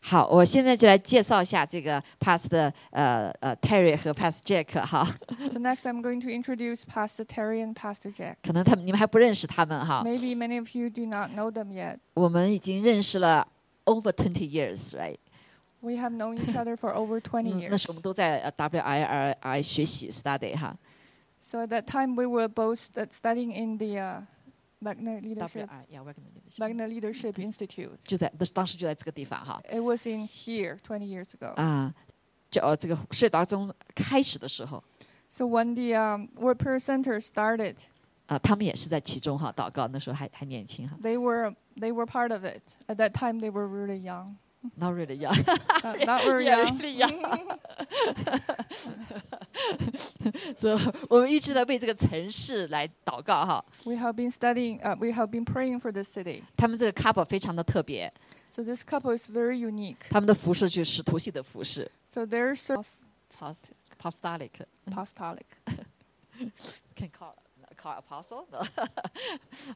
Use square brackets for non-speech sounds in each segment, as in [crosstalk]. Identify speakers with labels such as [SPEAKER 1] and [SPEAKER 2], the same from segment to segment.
[SPEAKER 1] 好，我现在就来介绍一下这个 Pastor 呃呃 Terry 和 Pastor Jack 哈， [laughs]
[SPEAKER 2] So next, I'm going to introduce Pastor Terry and Pastor Jack.
[SPEAKER 1] 可能他们你们还不认识他们哈，
[SPEAKER 2] Maybe many of you do not know them yet.
[SPEAKER 1] 我们已经认识了 over twenty years，right？
[SPEAKER 2] We have known each other for over 20
[SPEAKER 1] 嗯，那
[SPEAKER 2] years.
[SPEAKER 1] 时我们都在呃 WIRI 学习 study 哈
[SPEAKER 2] So at that time, we were both stu- studying in the uh, Magna Leadership
[SPEAKER 1] ，WI 呀 w e c o m m e n d
[SPEAKER 2] Magna Leadership Institute.
[SPEAKER 1] 就在那当时就在这个地方哈，
[SPEAKER 2] It was in here 20 years ago.
[SPEAKER 1] 啊，就呃这个社达中开始的时候，
[SPEAKER 2] So when the um, World Prayer Center started,
[SPEAKER 1] 啊，他们也是在其中哈祷告，那时候还还年轻哈
[SPEAKER 2] they were they were part of it. At that time, they were
[SPEAKER 1] [laughs]
[SPEAKER 2] really young.
[SPEAKER 1] ，not really young。 [laughs]
[SPEAKER 2] Uh, not very
[SPEAKER 1] Yeah,
[SPEAKER 2] young.
[SPEAKER 1] really young 所以我们一直在为这个城市来祷告哈。
[SPEAKER 2] [laughs] We have been studying. Uh, we have been praying for this city.
[SPEAKER 1] 他们这个 couple 非常的特别，
[SPEAKER 2] So this couple is very unique.
[SPEAKER 1] 他们的服饰就是使徒系的服饰
[SPEAKER 2] So they're so
[SPEAKER 1] ，post apostolic
[SPEAKER 2] apostolic.
[SPEAKER 1] can call call apostle，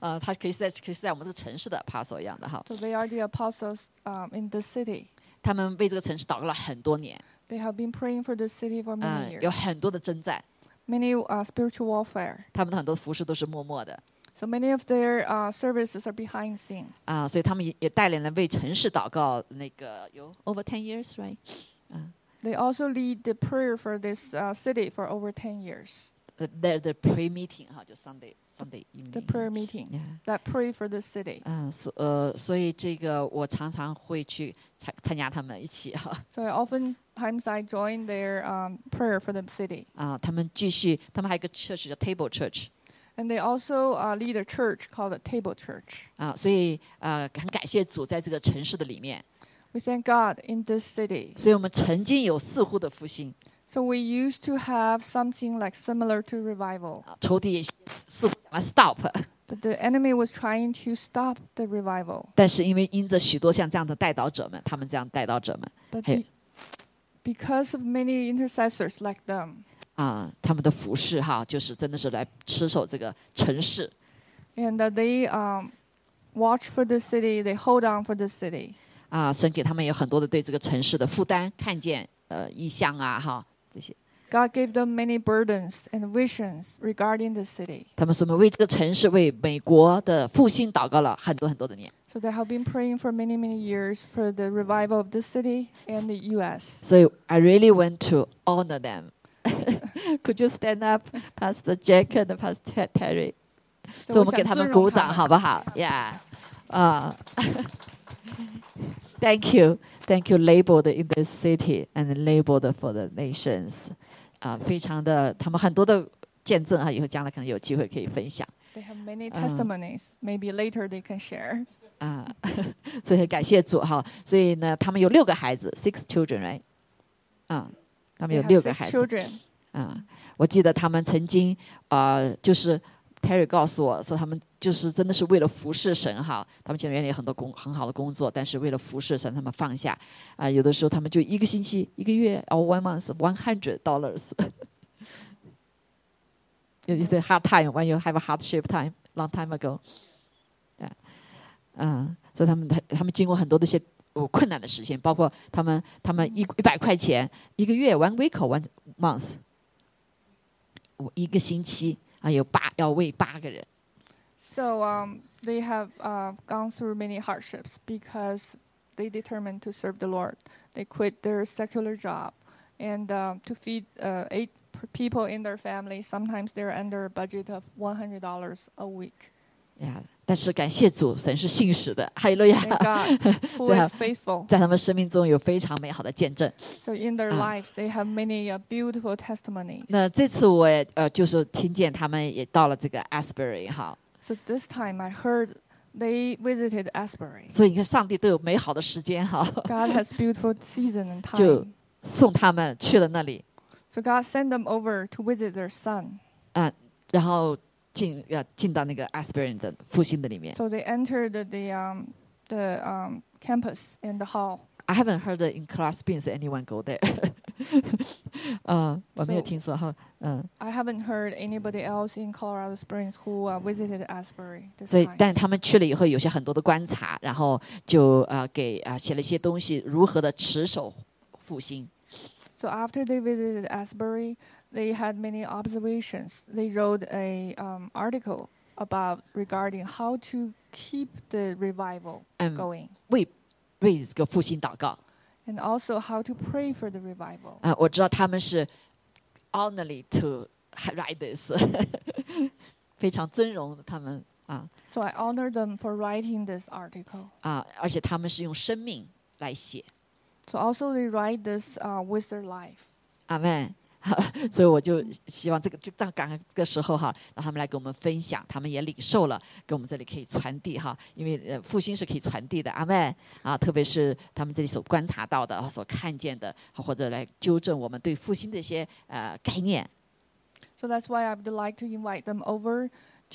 [SPEAKER 1] 呃，他可以是在可以是在我们这个城市的 apostle 一样的哈。
[SPEAKER 2] So they are the apostles um, in the city.
[SPEAKER 1] 他们为这个城市祷告了很多年，
[SPEAKER 2] They have been praying for the city for
[SPEAKER 1] 嗯、
[SPEAKER 2] many
[SPEAKER 1] 有
[SPEAKER 2] years.
[SPEAKER 1] 很多的征战，
[SPEAKER 2] Many uh, spiritual warfare.
[SPEAKER 1] 他们的很多服饰都是默默的
[SPEAKER 2] So many of their uh, services are behind scene.
[SPEAKER 1] 啊、所以他们也也带领了为城市祷告那个有 over ten years right。
[SPEAKER 2] They also lead the prayer for this uh, city for over 10 years.
[SPEAKER 1] the 呃 the, the prayer meeting 哈，就 Sunday Sunday evening。
[SPEAKER 2] The prayer meeting
[SPEAKER 1] Yeah. Uh.
[SPEAKER 2] that pray for this city.
[SPEAKER 1] 嗯，所呃，所以这个我常常会去参参加他们一起哈
[SPEAKER 2] So I oftentimes I join their um, prayer for the city.
[SPEAKER 1] 啊，他们继续，他们还有一个 church 叫 Table Church
[SPEAKER 2] And they also uh, lead a church called the Table Church.
[SPEAKER 1] 啊，所以呃，很感谢主在这个城市的里面，
[SPEAKER 2] We thank God in this city.
[SPEAKER 1] 所以我们曾经有四户的复兴
[SPEAKER 2] So we used to have something like similar to revival.
[SPEAKER 1] 啊，仇敌也是四乎想要 stop，
[SPEAKER 2] But the enemy was trying to stop the revival.
[SPEAKER 1] 但是因为因着许多像这样的带导者们，他们这样带导者们
[SPEAKER 2] But
[SPEAKER 1] Hey.
[SPEAKER 2] be- because of many intercessors like them
[SPEAKER 1] 啊，他们的服饰哈，就是真的是来持守这个城市，
[SPEAKER 2] and that they um, watch for the city, they hold on for the city.
[SPEAKER 1] 啊，神给他们有很多的对这个城市的负担，看见呃意向啊哈这些，
[SPEAKER 2] God gave them many burdens and visions regarding the city.
[SPEAKER 1] 他们说我们为这个城市为美国的复兴祷告了很多很多的年，
[SPEAKER 2] So they have been praying for many, many years for the revival of the city and the U.S.
[SPEAKER 1] 所以 I really want to honor them. [laughs] Could you stand up, Pastor Jack and Pastor Terry？所以我们给他们鼓掌好不好？Yeah，啊、t h a n k you, [laughs] thank you, labeled in the city and labeled for the nations，啊、非常的，他们很多的见证啊，以后将来可能有机会可以分享
[SPEAKER 2] They have many
[SPEAKER 1] Uh.
[SPEAKER 2] testimonies. Maybe later they can share.
[SPEAKER 1] 啊、 [laughs] 所以很感谢主哈。所以呢，他们有六个孩子，six children right？啊、他们
[SPEAKER 2] They
[SPEAKER 1] 有
[SPEAKER 2] have
[SPEAKER 1] 六个
[SPEAKER 2] six
[SPEAKER 1] 孩子，
[SPEAKER 2] children.
[SPEAKER 1] 啊、我记得他们曾经呃，就是 Terry 告诉我说，他们就是真的是为了服侍神哈，他们前面有很多工很好的工作，但是为了服侍神，他们放下啊、有的时候他们就一个星期、一个月哦、o n e month one hundred dollars。Is the hard time when you have a hardship time long time ago？啊，嗯，所以他们他他们经过很多的一些呃困难的时间，包括他们他们一一百块钱一个月 one week or one month，我一个星期啊，有八要喂八个人
[SPEAKER 2] So um, they have uh, gone through many hardships because they determined to serve the Lord. They quit their secular job and uh, to feed uh, eight p- people in their family. Sometimes they're under a budget of $100 a week.
[SPEAKER 1] 呀。但是感谢主，神是信实的，哈利路亚， [laughs]
[SPEAKER 2] Thank God, who
[SPEAKER 1] Yeah.
[SPEAKER 2] is faithful.
[SPEAKER 1] 在他们生命中有非常美好的见证。
[SPEAKER 2] So in their
[SPEAKER 1] Ah.
[SPEAKER 2] lives, they have many uh, beautiful testimonies.
[SPEAKER 1] 那这次我也呃，就是听见他们也到了这个 Asbury 哈，
[SPEAKER 2] So this time I heard they visited Asbury.
[SPEAKER 1] 所以你看上帝都有美好的时间哈， [laughs]
[SPEAKER 2] God has beautiful season and
[SPEAKER 1] To-
[SPEAKER 2] time.
[SPEAKER 1] 送他们去了那里，
[SPEAKER 2] So God sent them over to visit their son.
[SPEAKER 1] 然后进要进到那个 Asbury 的复兴的里面。
[SPEAKER 2] So they entered the, the, um, the um, campus and the hall.
[SPEAKER 1] I haven't heard in Colorado Springs anyone go there [laughs] 嗯，我没有
[SPEAKER 2] So-
[SPEAKER 1] 听说哈，嗯，
[SPEAKER 2] I haven't heard anybody else in Colorado Springs who uh, visited Asbury this
[SPEAKER 1] 所以
[SPEAKER 2] time.
[SPEAKER 1] 但他们去了以后，有些很多的观察，然后就呃给啊、呃写了一些东西，如何的持守复兴。
[SPEAKER 2] So after they visited Asbury, they had many observations. They wrote a um, article about regarding how to keep the revival
[SPEAKER 1] 嗯，
[SPEAKER 2] going,
[SPEAKER 1] 为为这个复兴祷告。
[SPEAKER 2] and also how to pray for the revival.
[SPEAKER 1] 啊、我知道他们是 honorly to write this，非 [laughs] 常尊荣他们啊
[SPEAKER 2] So I honor them for writing this article.
[SPEAKER 1] 啊，而且他们是用生命来写，
[SPEAKER 2] So also they write this uh, with their life.
[SPEAKER 1] 阿门。 [laughs] 所以我就希望这个就到感恩这个时候哈，让他们来给我们分享，他们也领受了，给我们这里可以传递哈，因为呃复兴是可以传递的，阿门啊，特别是他们这里所观察到的、所看见的，或者来纠正我们对复兴的一些呃概念，
[SPEAKER 2] So that's why I would like to invite them over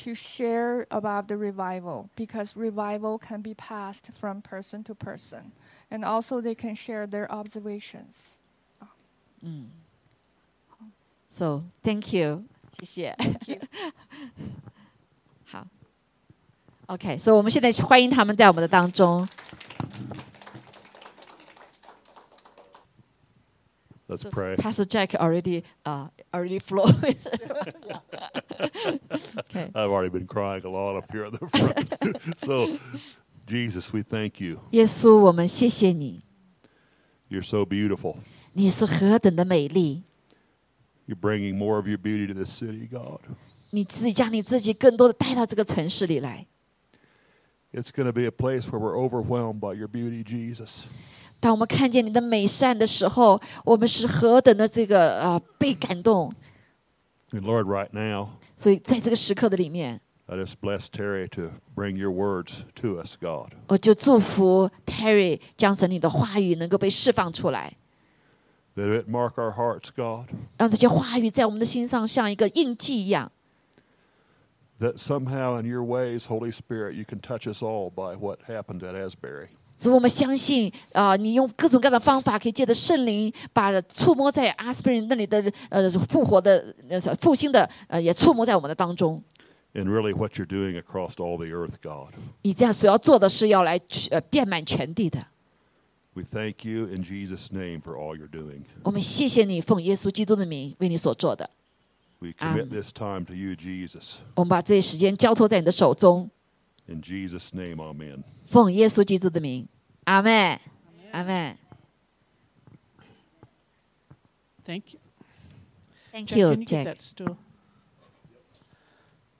[SPEAKER 2] to share about the revival because revival can be passed from person to person. And also they can share their observations.
[SPEAKER 1] 嗯 So thank you，谢谢。 [laughs] 好，OK，所、以我们现在欢迎他们在我们的当中。
[SPEAKER 3] Let's
[SPEAKER 1] So-
[SPEAKER 3] pray.
[SPEAKER 1] Pastor Jack already 啊、already flow [laughs] with OK，
[SPEAKER 3] I've already been crying a lot up here at the front. [laughs] so, Jesus, we thank you.
[SPEAKER 1] 耶稣，我们谢谢你，
[SPEAKER 3] You're so beautiful.
[SPEAKER 1] 你是何等的美丽，
[SPEAKER 3] You're bringing more of your beauty to this city, God.
[SPEAKER 1] 你自己将你自己更多的带到这个城市里来。
[SPEAKER 3] It's going to be a place where we're overwhelmed by your beauty, Jesus.
[SPEAKER 1] 当我们看见你的美善的时候，我们是何等的这个啊、被感动。
[SPEAKER 3] And Lord, right now,
[SPEAKER 1] 所以在这个时刻的里面，
[SPEAKER 3] I just bless Terry to bring your words to us, God.
[SPEAKER 1] 我就祝福 Terry 将神你的话语能够被释放出来，
[SPEAKER 3] That it mark our hearts, God.
[SPEAKER 1] 让这些话语在我们的心上像一个印记一样。
[SPEAKER 3] That somehow in your ways, Holy Spirit, you can touch us all by what happened at Asbury.
[SPEAKER 1] 所以我们相信啊、你用各种各样的方法，可以借着圣灵，把触摸在阿斯 i 林那里的呃复活的呃复兴的呃也触摸在我们的当中。
[SPEAKER 3] And really what you're doing across all the earth, God.
[SPEAKER 1] 你这样所要做的是要来呃遍满全地的。
[SPEAKER 3] We thank you in Jesus' name for all you're doing.
[SPEAKER 1] 我们谢谢你，奉耶稣基督的名为你所做的。
[SPEAKER 3] We commit
[SPEAKER 1] Amen.
[SPEAKER 3] this time to you, Jesus.
[SPEAKER 1] 我们把这些时间交托在你的手中，
[SPEAKER 3] In Jesus' name, amen.
[SPEAKER 1] 奉耶稣基督的名，阿门，阿门。
[SPEAKER 4] Thank you.
[SPEAKER 1] Thank
[SPEAKER 4] Jack,
[SPEAKER 1] you,
[SPEAKER 4] can you get
[SPEAKER 1] Jack.
[SPEAKER 4] that stool?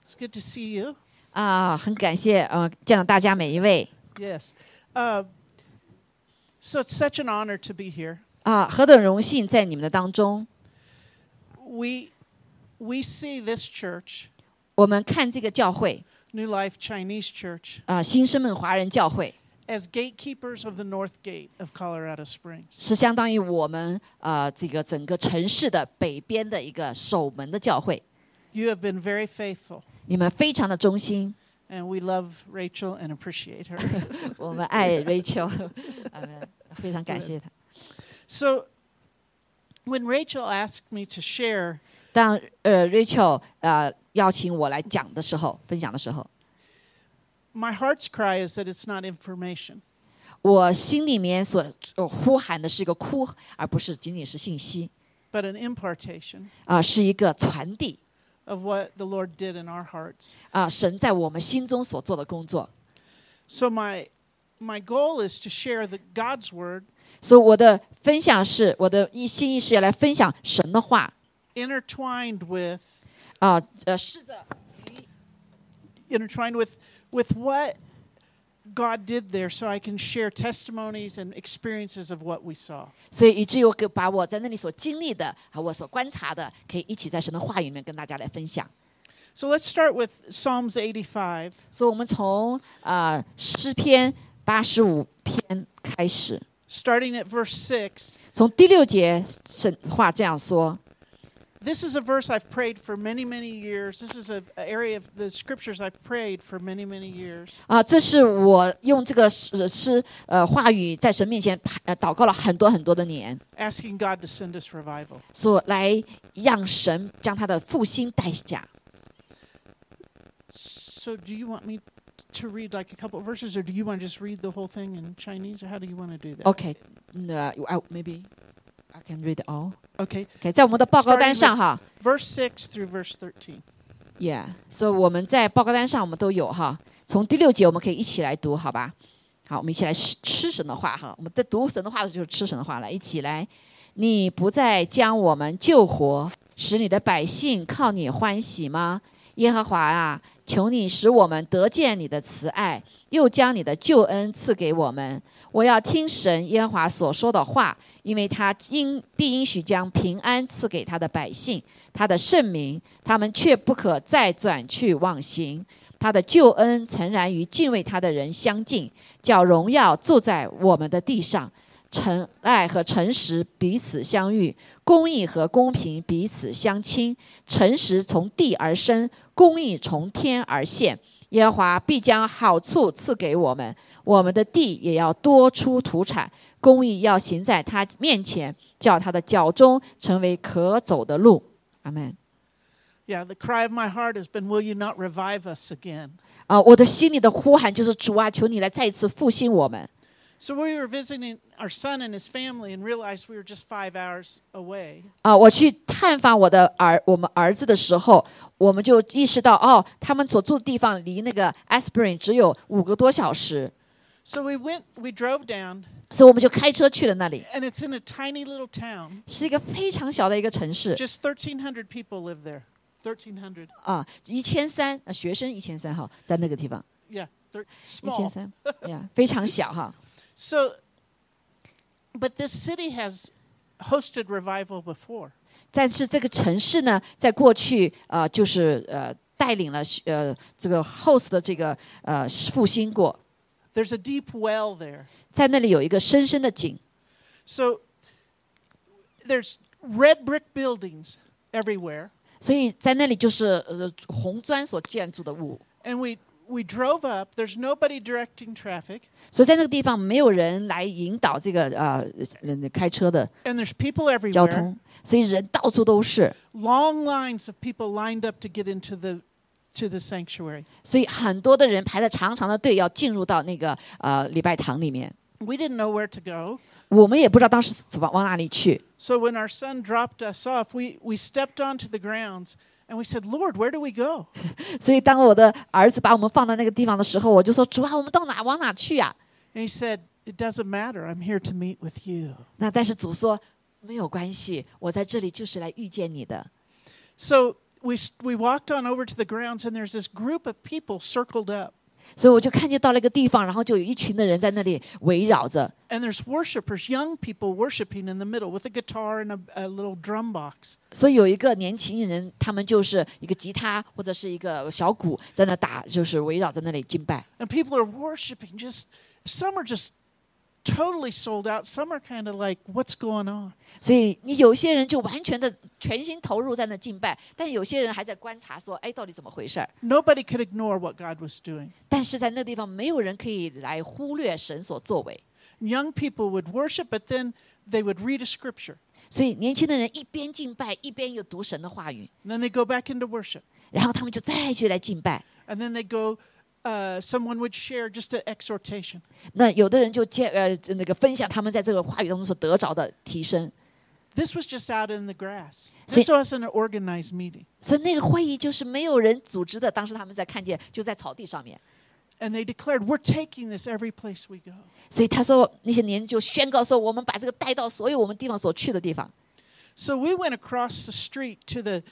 [SPEAKER 4] It's good to see you.
[SPEAKER 1] 啊，很感谢呃见到大家每一位
[SPEAKER 4] Yes. Uh, so it's such an honor to be here.
[SPEAKER 1] 啊，何等荣幸在你们的当中。
[SPEAKER 4] We we see this church,
[SPEAKER 1] 我们看这个教会
[SPEAKER 4] New Life Chinese Church,
[SPEAKER 1] 啊、新生们华人教会。
[SPEAKER 4] as gatekeepers of the North Gate of Colorado Springs.
[SPEAKER 1] 是相当于我们呃这个整个城市的北边的一个守门的教会。
[SPEAKER 4] You have been very faithful,
[SPEAKER 1] 你们非常的忠心，
[SPEAKER 4] and we love Rachel and appreciate
[SPEAKER 1] [laughs]
[SPEAKER 4] her.
[SPEAKER 1] 我们爱 Rachel，阿 [laughs] 们非常感谢他。
[SPEAKER 4] so when Rachel asked me to share,
[SPEAKER 1] 当呃 Rachel 呃邀请我来讲的时候，分享的时候，
[SPEAKER 4] my heart's cry is that it's not information.
[SPEAKER 1] 我心里面所呃呼喊的是一个哭，而不是仅仅是信息，
[SPEAKER 4] but an impartation
[SPEAKER 1] 啊、是一个传递，
[SPEAKER 4] of what the Lord did in our hearts.
[SPEAKER 1] 啊、神在我们心中所做的工作。
[SPEAKER 4] So my my goal is to share the God's word,
[SPEAKER 1] 所以我的分享是我的一心意是要来分享神的话，
[SPEAKER 4] intertwined with
[SPEAKER 1] 啊、呃试着。
[SPEAKER 4] intertwined with with what God did there, so I can share testimonies and experiences of what we saw.
[SPEAKER 1] 所以以至于我可以把我在那里所经历的啊，我所观察的，可以一起在神的话语里面跟大家来分享。
[SPEAKER 4] So let's start with Psalms 85,
[SPEAKER 1] 所以，我们从啊、呃诗篇八十五篇开始，
[SPEAKER 4] starting at verse 6.
[SPEAKER 1] 从第六节神话这样说：
[SPEAKER 4] This is a verse I've prayed for many, many years. This is a a area of the scriptures I've prayed for many, many years.
[SPEAKER 1] 啊，这是我用这个诗诗呃话语在神面前呃祷告了很多很多的年，
[SPEAKER 4] asking God to send us revival.
[SPEAKER 1] 所来让神将他的复兴带下。
[SPEAKER 4] So, do you want me to read like a couple of verses, or do you want to just read the whole thing in Chinese, or how do you want to do that?
[SPEAKER 1] OK，那、I maybe I can read all.
[SPEAKER 4] Okay.
[SPEAKER 1] OK，在我们的报告单上哈
[SPEAKER 4] Verse 6 through verse 13.
[SPEAKER 1] ，Yeah，所、以我们在报告单上我们都有哈。从第六节我们可以一起来读，好吧？好，我们一起来吃吃神的话哈。我们在读神的话的时候就是吃神的话，来一起来。你不再将我们救活，使你的百姓靠你欢喜吗？耶和华啊，求你使我们得见你的慈爱，又将你的救恩赐给我们。我要听神耶和华所说的话，因为他应必应许将平安赐给他的百姓，他的圣名，他们却不可再转去忘形。他的救恩诚然与敬畏他的人相近，叫荣耀住在我们的地上。诚爱和诚实彼此相遇，公义和公平彼此相亲。诚实从地而生，公义从天而现。耶和华必将好处赐给我们，我们的地也要多出土产。公义要行在他面前，叫他的脚中成为可走的路。阿门。
[SPEAKER 4] Yeah, the cry of my heart has been, Will you not revive us again?
[SPEAKER 1] 啊，我的心里的呼喊就是主啊，求你来再一次复兴我们。
[SPEAKER 4] So, we were visiting our son and his family and realized we were just five hours away.
[SPEAKER 1] 啊，我去探访我的儿，我们儿子的时候，我们就意识到，哦，他们所住的地方离那个 Aspirin 只有五个多小时，
[SPEAKER 4] So, we went, we drove down,
[SPEAKER 1] 所以我们就开车去了那里，
[SPEAKER 4] and it's in a tiny little town.
[SPEAKER 1] 是一个非常小的一个城市
[SPEAKER 4] Just 1,300 people live there. 1,300.
[SPEAKER 1] 啊，一千三，呃学生一千三哈，在那个地方
[SPEAKER 4] Yeah, thir-
[SPEAKER 1] 一千
[SPEAKER 4] small.
[SPEAKER 1] 三，呀，非常小哈。
[SPEAKER 4] So, but this city has hosted revival before.
[SPEAKER 1] 但是这个城市呢，在过去呃，就是呃，带领了呃这个 host 的这个呃复兴过，
[SPEAKER 4] There's a deep well there.
[SPEAKER 1] 在那里有一个深深的井。
[SPEAKER 4] So there's red brick buildings everywhere.
[SPEAKER 1] 所以在那里就是呃红砖所建筑的物，
[SPEAKER 4] And we, we drove up. There's nobody directing traffic.
[SPEAKER 1] 所以在那个地方没有人来引导这个呃人开车的
[SPEAKER 4] And there's people
[SPEAKER 1] 交
[SPEAKER 4] everywhere.
[SPEAKER 1] 通，所以人到处都是，
[SPEAKER 4] Long lines of people lined up to get into the, to the sanctuary.
[SPEAKER 1] 所以很多的人排着长长的队要进入到那个呃礼拜堂里面。
[SPEAKER 4] We didn't know where to go.
[SPEAKER 1] 我们也不知道当时往往哪里去，
[SPEAKER 4] So when our son dropped us off, we, we stepped onto the grounds and we said, Lord, where do we go?
[SPEAKER 1] 所以当我的儿子把我们放到那个地方的时候，我就说：“主啊，我们到哪往哪去啊呀、
[SPEAKER 4] And he said, It doesn't matter. I'm here to meet with you.
[SPEAKER 1] 那但是主说：“没有关系，我在这里就是来遇见你的。
[SPEAKER 4] So we, s- we walked on over to the grounds, and there's this group of people circled up, ”
[SPEAKER 1] 所以我就看见到了一个地方，然后就有一群的人在那里围绕着，
[SPEAKER 4] and there's worshipers, young people worshiping in the middle with a guitar and a, a little drum box.
[SPEAKER 1] 所以有一个年轻人，他们就是一个吉他或者是一个小鼓在那打，就是围绕在那里敬拜。
[SPEAKER 4] And people are worshiping, just some are just totally sold out, some are kind of like, What's going on?
[SPEAKER 1] 所以你有些人就完全的全心投入在那敬拜，但有些人还在观察说，哎，到底怎么回事儿？
[SPEAKER 4] Nobody could ignore what God was doing.
[SPEAKER 1] 但是在那地方，没有人可以来忽略神所作为。
[SPEAKER 4] Young people would worship, but then they would read a scripture,
[SPEAKER 1] 所以年轻的人一边敬拜，一边又读神的话语，
[SPEAKER 4] and then they go back into worship.
[SPEAKER 1] 然后他们就再去来敬拜。
[SPEAKER 4] And then they go, uh, someone would share just an exhortation.
[SPEAKER 1] 那有的人就接呃那个分享他们在这个话语当中所得着的提升，
[SPEAKER 4] This was just out in the grass.
[SPEAKER 1] See-
[SPEAKER 4] This wasn't an organized meeting.
[SPEAKER 1] 所以那个会议就是没有人组织的。当时他们在看见就在草地上面，
[SPEAKER 4] And they declared, We're taking this every place we go.
[SPEAKER 1] 所以他说那些年就宣告说，我们把这个带到所有我们地方所去的地方。
[SPEAKER 4] So we went across the street to the,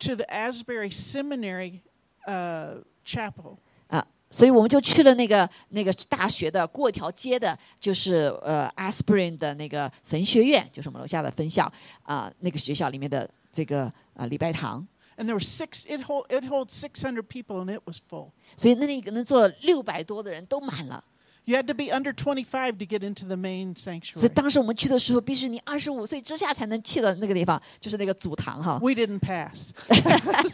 [SPEAKER 4] to the Asbury Seminary uh, Chapel.
[SPEAKER 1] 啊，所以我们就去了那个那个大学的过一条街的，就是呃 Aspirin 的那个神学院，就是我们楼下的分校啊、那个学校里面的这个呃礼拜堂。
[SPEAKER 4] And there were six, it, hold, it holds 600 people and it was full.
[SPEAKER 1] 所以那里可能坐六百多的人都满了，
[SPEAKER 4] You had to be under 25 to get into the main
[SPEAKER 1] 所以
[SPEAKER 4] sanctuary.
[SPEAKER 1] 当时我们去的时候，必须你二十五岁之下才能去的那个地方，就是那个祖堂哈。
[SPEAKER 4] We didn't pass. [laughs]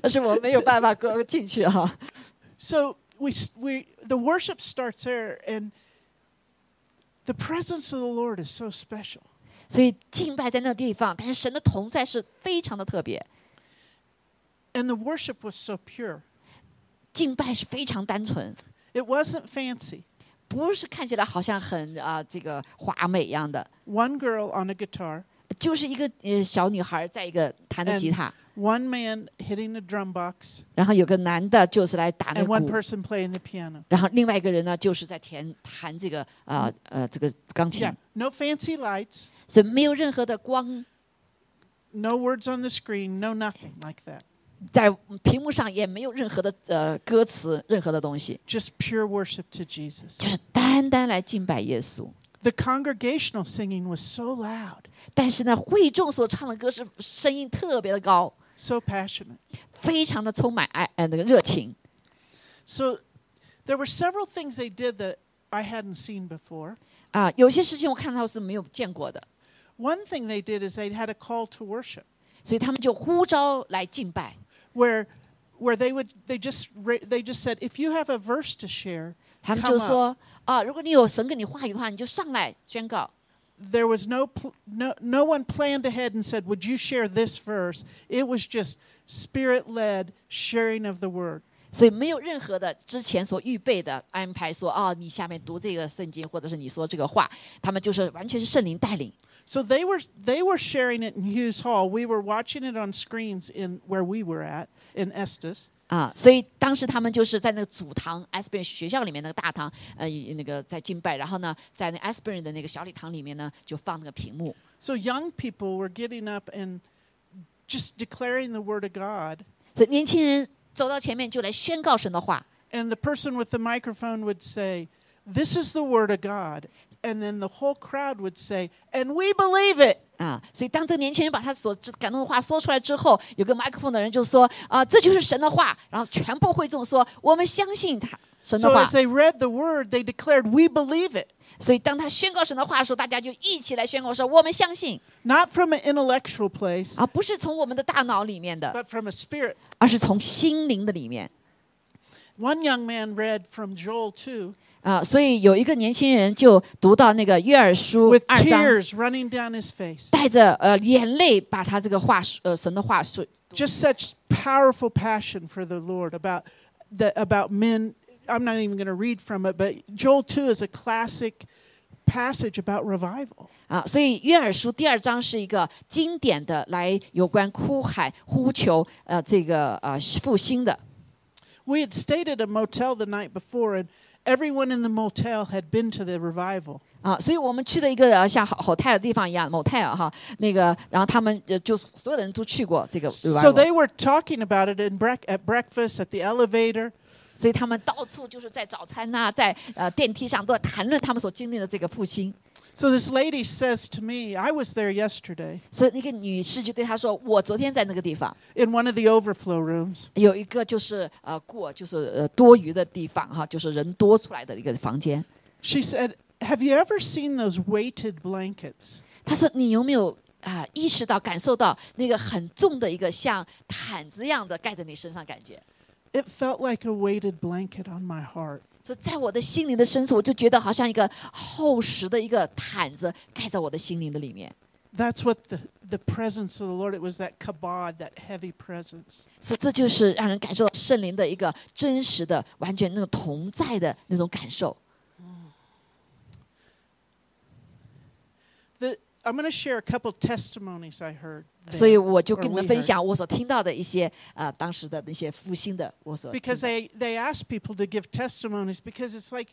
[SPEAKER 1] 但是我们没有办法过进去哈。
[SPEAKER 4] So we s- we the worship starts there, and the presence of the Lord is so special.
[SPEAKER 1] 所以敬拜在那个地方，但是神的同在是非常的特别，
[SPEAKER 4] And the worship was so pure.
[SPEAKER 1] 敬拜是非常单纯，
[SPEAKER 4] It wasn't fancy.
[SPEAKER 1] 不是看起来好像很啊、这个华美一样的，
[SPEAKER 4] One girl on a guitar,
[SPEAKER 1] 就是一个呃小女孩在一个弹的吉他，
[SPEAKER 4] one man hitting a drum box,
[SPEAKER 1] 然后有个男的就是来打那
[SPEAKER 4] and
[SPEAKER 1] 个
[SPEAKER 4] one
[SPEAKER 1] 鼓，
[SPEAKER 4] person playing the piano.
[SPEAKER 1] 然后另外一个人呢就是在弹弹这个啊呃这个钢琴
[SPEAKER 4] Yeah, no fancy lights,
[SPEAKER 1] 所以没有任何的光
[SPEAKER 4] no words on the screen, no nothing like that.
[SPEAKER 1] 在屏幕上，也没有任何的呃歌词，任何的东西，
[SPEAKER 4] Just pure worship to Jesus.
[SPEAKER 1] 就是单单来敬拜耶稣。
[SPEAKER 4] The congregational singing was so loud,
[SPEAKER 1] 但是呢，会众所唱的歌是声音特别的高，
[SPEAKER 4] so passionate.
[SPEAKER 1] 非常的充满爱呃那个热情。
[SPEAKER 4] So there were several things they did that I hadn't seen before.
[SPEAKER 1] 啊，有些事情我看到是没有见过的，
[SPEAKER 4] One thing they did is they had a call to worship,
[SPEAKER 1] 所以他们就呼召来敬拜，
[SPEAKER 4] where where they would they just ra- they just said, if you have a verse to share,
[SPEAKER 1] 他们
[SPEAKER 4] come
[SPEAKER 1] 就
[SPEAKER 4] up."
[SPEAKER 1] 说啊，如果你有神给你话语的话，你就上来宣告。
[SPEAKER 4] there was no pl- no no one planned ahead and said, would you share this verse? It was just spirit led sharing of the word.
[SPEAKER 1] 所以没有任何的之前所预备的安排说，啊，你下面读这个圣经，或者是你说这个话，他们就是完全是圣灵带领。
[SPEAKER 4] So they were they were sharing it in Hughes Hall. We were watching it on screens in where we were at in Estes.
[SPEAKER 1] 啊，所以当时他们就是在那个主堂 Aspen 学校里面那个大堂，呃，那个在敬拜，然后呢，在那 Aspen 的那个小礼堂里面呢，就放那个屏幕，
[SPEAKER 4] So young people were getting up and just declaring the word of God.
[SPEAKER 1] 所以年轻人走到前面就来宣告神的话，
[SPEAKER 4] And the person with the microphone would say, This is the word of God. And then the whole crowd would say, And we believe it.
[SPEAKER 1] 啊，所以当这个年轻人把他所知感动的话说出来之后，有个麦克风的人就说：“啊，这就是神的话。”然后全部会众说：“我们相信他神的
[SPEAKER 4] So
[SPEAKER 1] 话
[SPEAKER 4] as。they read the word, they declared, We believe it. ”
[SPEAKER 1] 所以当他宣告神的话的时候，大家就一起来宣告说：“我们相信。
[SPEAKER 4] Not from an intellectual place, ”
[SPEAKER 1] 啊，不是从我们的大脑里面的，
[SPEAKER 4] but from a spirit.
[SPEAKER 1] 而是从心灵的里面。
[SPEAKER 4] One young man read from Joel 2
[SPEAKER 1] 啊，所以有一个年轻人就读到那个约珥书
[SPEAKER 4] with
[SPEAKER 1] 二章，
[SPEAKER 4] tears running down his face.
[SPEAKER 1] 带着呃眼泪把他这个话说呃神的话说
[SPEAKER 4] Just such powerful passion for the Lord about the about men. I'm not even going to read from it, but Joel 2 is a classic passage about revival.
[SPEAKER 1] 啊，所以约珥书第二章是一个经典的来有关哭喊呼求呃这个呃复兴的。
[SPEAKER 4] We had stayed at a motel the night before, and everyone in the motel had been to the revival.
[SPEAKER 1] 啊，所以我们去的一个呃像好好泰的地方一样，某泰尔哈，那个，然后他们呃就所有的人都去过这个
[SPEAKER 4] So
[SPEAKER 1] revival，
[SPEAKER 4] they were talking about it in brec- at breakfast, at the elevator.
[SPEAKER 1] 所以他们到处就是在早餐呐、在呃电梯上都在谈论他们所经历的这个复兴。
[SPEAKER 4] So this lady says to me, I was there yesterday
[SPEAKER 1] 所以那个女士就对他说：“我昨天在那个地方，
[SPEAKER 4] in one of the overflow rooms.
[SPEAKER 1] 有一个就是呃过就是呃多余的地方哈，就是人多出来的一个房间。
[SPEAKER 4] She said, Have you ever seen those weighted blankets? ”
[SPEAKER 1] 他说：“你有没有啊、意识到感受到那个很重的一个像毯子一样的盖在你身上感觉？
[SPEAKER 4] It felt like a weighted blanket on my heart.
[SPEAKER 1] 所以在我的心灵的深处，我就觉得好像一个厚实的一个毯子盖在我的心灵的里面。
[SPEAKER 4] That's what the, the presence of the Lord, it was that kabod, that heavy presence.
[SPEAKER 1] 所以这就是让人感受到圣灵的一个真实的、完全那种同在的那种感受。
[SPEAKER 4] The, I'm going to share a couple testimonies I heard. there,
[SPEAKER 1] 所以我就
[SPEAKER 4] or
[SPEAKER 1] 跟你
[SPEAKER 4] we
[SPEAKER 1] 们分
[SPEAKER 4] heard.
[SPEAKER 1] 享我所听到的一些啊、呃当时的那些复兴的我所听
[SPEAKER 4] because
[SPEAKER 1] 到
[SPEAKER 4] they, they ask people to give testimonies because it's like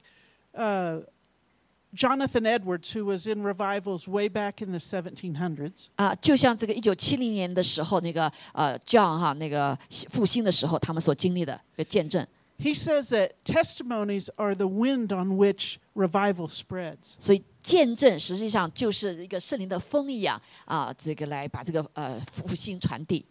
[SPEAKER 4] uh, Jonathan Edwards, who was in revivals way back in the 1700s,
[SPEAKER 1] 啊、就像这个一九七零年的时候那个呃 John 哈那个复兴的时候，他们所经历的一个见证。
[SPEAKER 4] he says that testimonies are the wind on which revival spreads.
[SPEAKER 1] 所以见证实际上就是一个圣灵的风一样啊、这个来把这个呃复兴传递。